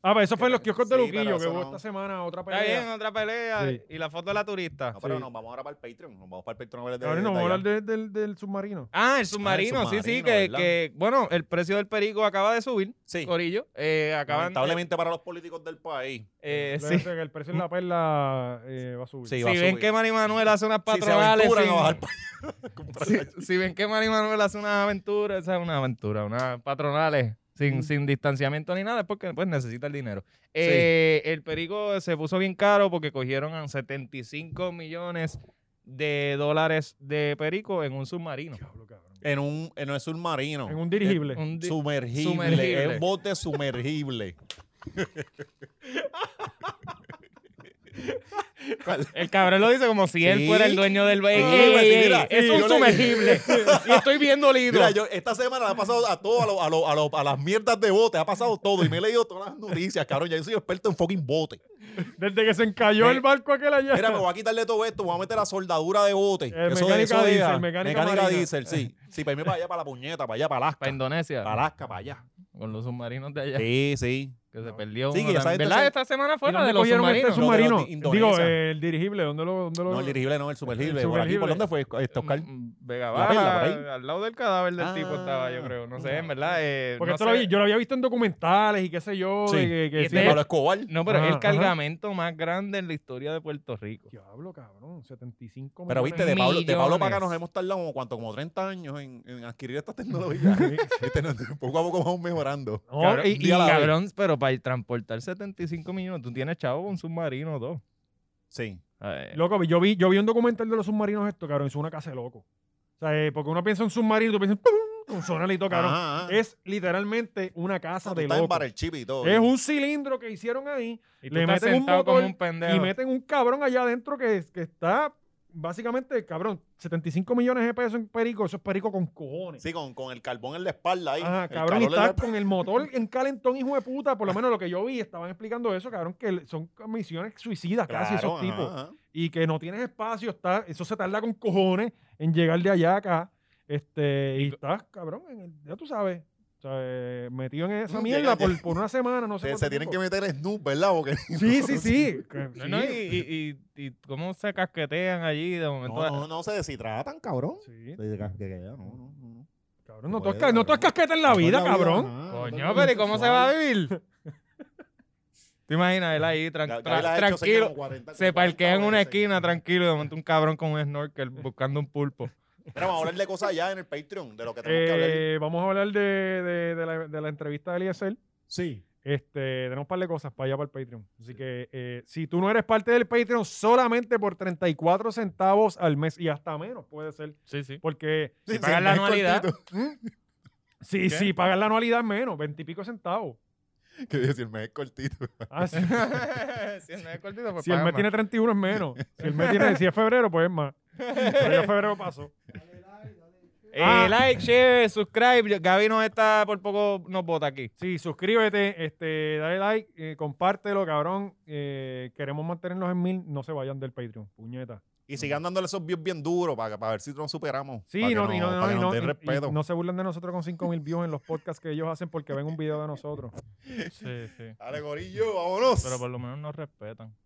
B: Ah, pero eso fue en los kioscos de
C: Sí,
B: Luquillo
C: pero
B: que
C: eso
B: hubo
C: no.
B: esta semana otra
D: Está bien,
B: pelea.
D: otra pelea.
B: Sí.
D: Y la foto de la turista.
C: No, pero
B: Ah, Sí.
C: nos vamos ahora para el Patreon. Nos vamos para el Patreon a ver el de-
B: Ahora no, vamos a
C: de
B: hablar de- del, del submarino.
D: Ah, el submarino, sí, sí,
C: submarino,
D: que,
C: ¿verdad?
D: que, bueno, el precio del perico acaba de subir,
C: Sí.
D: Corillo. Eh, acaban,
C: Lamentablemente para los políticos del país.
D: eh, eh,
B: Claro,
D: sí.
B: o sea, que el precio de la perla eh, va a subir.
C: Sí,
D: Si
C: va a
D: ven
C: subir.
D: que Manny Manuel hace unas
C: Si se
D: patronales.
C: aventuran
D: sin-
C: a bajar pa- (laughs) comprar la-
D: (laughs) si, si ven que Manny Manuel hace unas aventuras, o sea, unas aventuras, unas patronales,
C: Mm.
D: sin, sin distanciamiento ni nada, es porque pues, necesita el dinero. Eh, el perico se puso bien caro porque cogieron a 75 millones de dólares de perico en un submarino.
B: Diablo, cabrón.
C: en un en un submarino.
B: En un dirigible.
D: Eh, Un di-
C: Sumergible.
D: Sumergible.
C: Es un
B: (laughs)
C: bote sumergible. ¿Cuál?
D: El cabrón lo dice como si él
C: Sí.
D: fuera el dueño del
C: Sí,
D: vehículo.
C: pues, sí, mira, sí,
D: es un
C: yo le- (laughs)
D: sumergible. y estoy bien dolido.
C: Mira, yo, esta semana le ha pasado a todo, a, lo- a, lo- a, lo- a las mierdas de bote, ha pasado todo. Y me he leído todas las noticias, cabrón. Ya yo soy experto en fucking bote.
B: Desde que se encalló el barco aquel allá.
C: Mira, me voy a quitarle todo esto, voy a meter la soldadura de bote.
B: El
C: eso
B: Eh, mecánica
C: eso
B: diésel,
C: era-
B: mecánica
C: mecánica
B: marina.
C: diésel, sí. Sí, para irme para allá, para la puñeta, para allá, para Alaska.
D: Para Indonesia,
C: Para Alaska, para allá.
D: con los submarinos de allá,
C: Sí, sí.
D: que se perdió
C: Sí,
D: uno
C: que esa
D: también.
C: gente
D: ¿Verdad?
C: se-
D: Esta semana fue
B: ¿Y
D: la
B: dónde
D: de los
B: cogieron este
D: submarinos.
C: Lo de los
B: submarino?
C: de Indonesia.
B: Digo, eh, el dirigible, ¿dónde lo...? Dónde lo...
C: No, el dirigible no, el supergible.
B: El
C: Por aquí, ¿por dónde
B: sumergible.
C: fue? Este, Oscar.
D: Mm, Vega
C: La perla,
D: Baja,
C: por ahí.
D: al lado del cadáver del
C: Ah,
D: tipo estaba, yo creo. No sé, en verdad. eh,
B: Porque
D: no
B: esto lo
D: sé.
B: había- yo lo había visto en documentales y qué sé yo.
C: Sí.
B: de que- que
D: Y
B: sí.
C: De
D: este-
C: Pablo Escobar.
D: No, pero
B: Ah,
D: es
B: ajá.
D: el cargamento más grande en la historia de Puerto Rico.
B: Diablo, cabrón. 75
C: Pero
B: millones.
C: viste, de Pablo, de Pablo para acá
D: Millones.
C: nos hemos tardado como, ¿cuánto? como 30 años en, en adquirir
B: (laughs)
C: estas tecnologías. (laughs) Viste, no, poco a poco vamos mejorando.
B: No,
D: Cabrón,
B: y-
C: un día a la vez.
D: cabrón, pero para transportar 75 millones, tú tienes chavo un submarino o dos.
C: Sí.
D: Ay,
B: Loco, yo vi, yo vi un documental de los submarinos esto, cabrón, es una casa de loco. O sea, eh, porque uno piensa en submarino, tú piensas en con sonalito, cabrón.
C: Ajá, ajá.
B: Es literalmente una casa
C: Tú
B: de
C: estás en eh.
B: loco.
C: para el chip y todo.
B: Es un cilindro que hicieron ahí
D: y tú
B: le
D: estás
B: meten un
D: sentado como
B: motor
D: un pendejo.
B: y meten un cabrón allá adentro que, que está básicamente, cabrón, 75 millones de pesos en perico, eso es perico con cojones.
C: Sí, con, con el carbón en la espalda ahí.
B: Ajá,
C: el
B: cabrón, y
C: calor en la
B: está con el motor en calentón, hijo de puta. Por lo menos lo que yo vi, estaban explicando eso, cabrón, que son misiones suicidas casi
C: Claro,
B: esos tipos.
C: ajá, ajá.
B: y que no tienes espacio, está, eso se tarda con cojones en llegar de allá a acá. Este, y estás, cabrón, en el- ya tú sabes, o sea, eh, metido en esa
C: Mm,
B: mierda
C: llegan-
B: por, por una semana,
C: (laughs)
B: no sé.
C: Se,
B: cuánto
C: se tienen que
B: tiempo.
C: meter Snoop, ¿verdad? Porque
B: Sí, sí,
C: (laughs)
B: sí. que-
D: No, no, y,
B: sí,
D: y- y- y cómo se casquetean allí de momento.
C: no, no, no se deshidratan, cabrón.
B: sí.
C: Se deshidratan, no, no, no.
B: Cabrón, no
C: Puede,
B: toques no toques
C: cabrón.
B: casqueta en la vida,
C: Ajá,
B: cabrón.
C: no
D: Coño,
C: tengo
D: pero ¿y cómo se va a
C: suave.
D: vivir?
C: (laughs)
D: ¿Te imaginas él ahí tran-
C: Ya-
D: tra-
C: ya la he hecho señas
D: tranquilo?
C: como 40,
D: Se
C: 40
D: parquea en una
C: veces.
D: esquina tranquilo y de momento un cabrón con un snorkel buscando un pulpo.
C: Pero vamos a hablar de cosas allá en el Patreon, de lo que tenemos que hablar.
B: Eh, vamos a hablar de, de- de la, de la entrevista de Eliezer.
C: Sí.
B: Este, tenemos un par de cosas para allá para el Patreon. Así que eh, si tú no eres parte del Patreon, solamente por 34 centavos al mes y hasta menos puede ser.
D: Sí, sí.
B: Porque
D: Si pagas la anualidad.
C: (laughs)
B: Sí, sí, pagan la anualidad menos, veintipico centavos.
C: Que decir, me es cortito.
B: Ah, sí.
D: (laughs) si el mes es cortito,
B: (laughs)
D: pues
B: si el
D: paga
B: mes
D: más.
B: tiene 31 es menos. Si el mes tiene, si es febrero, pues es más. Pero ya febrero pasó.
D: Eh,
B: Ah.
D: Like, share, subscribe. Gaby nos está por poco nos vota aquí.
B: Sí, suscríbete, este, dale like, eh, compártelo, cabrón. Eh, queremos mantenernos en mil, no se vayan del Patreon, puñeta.
C: Y sigan dándole esos views bien duros para, para ver si nos superamos.
B: Sí,
C: para que
B: no, y no,
C: nos-
B: no,
C: para
B: y
C: que
B: no,
C: nos den
B: y- y
C: respeto.
B: no se burlen de nosotros con 5 mil views en los podcasts que ellos hacen porque ven un video de nosotros.
D: Sí, sí.
C: Dale, gorillo, vámonos.
D: Pero por lo menos nos respetan.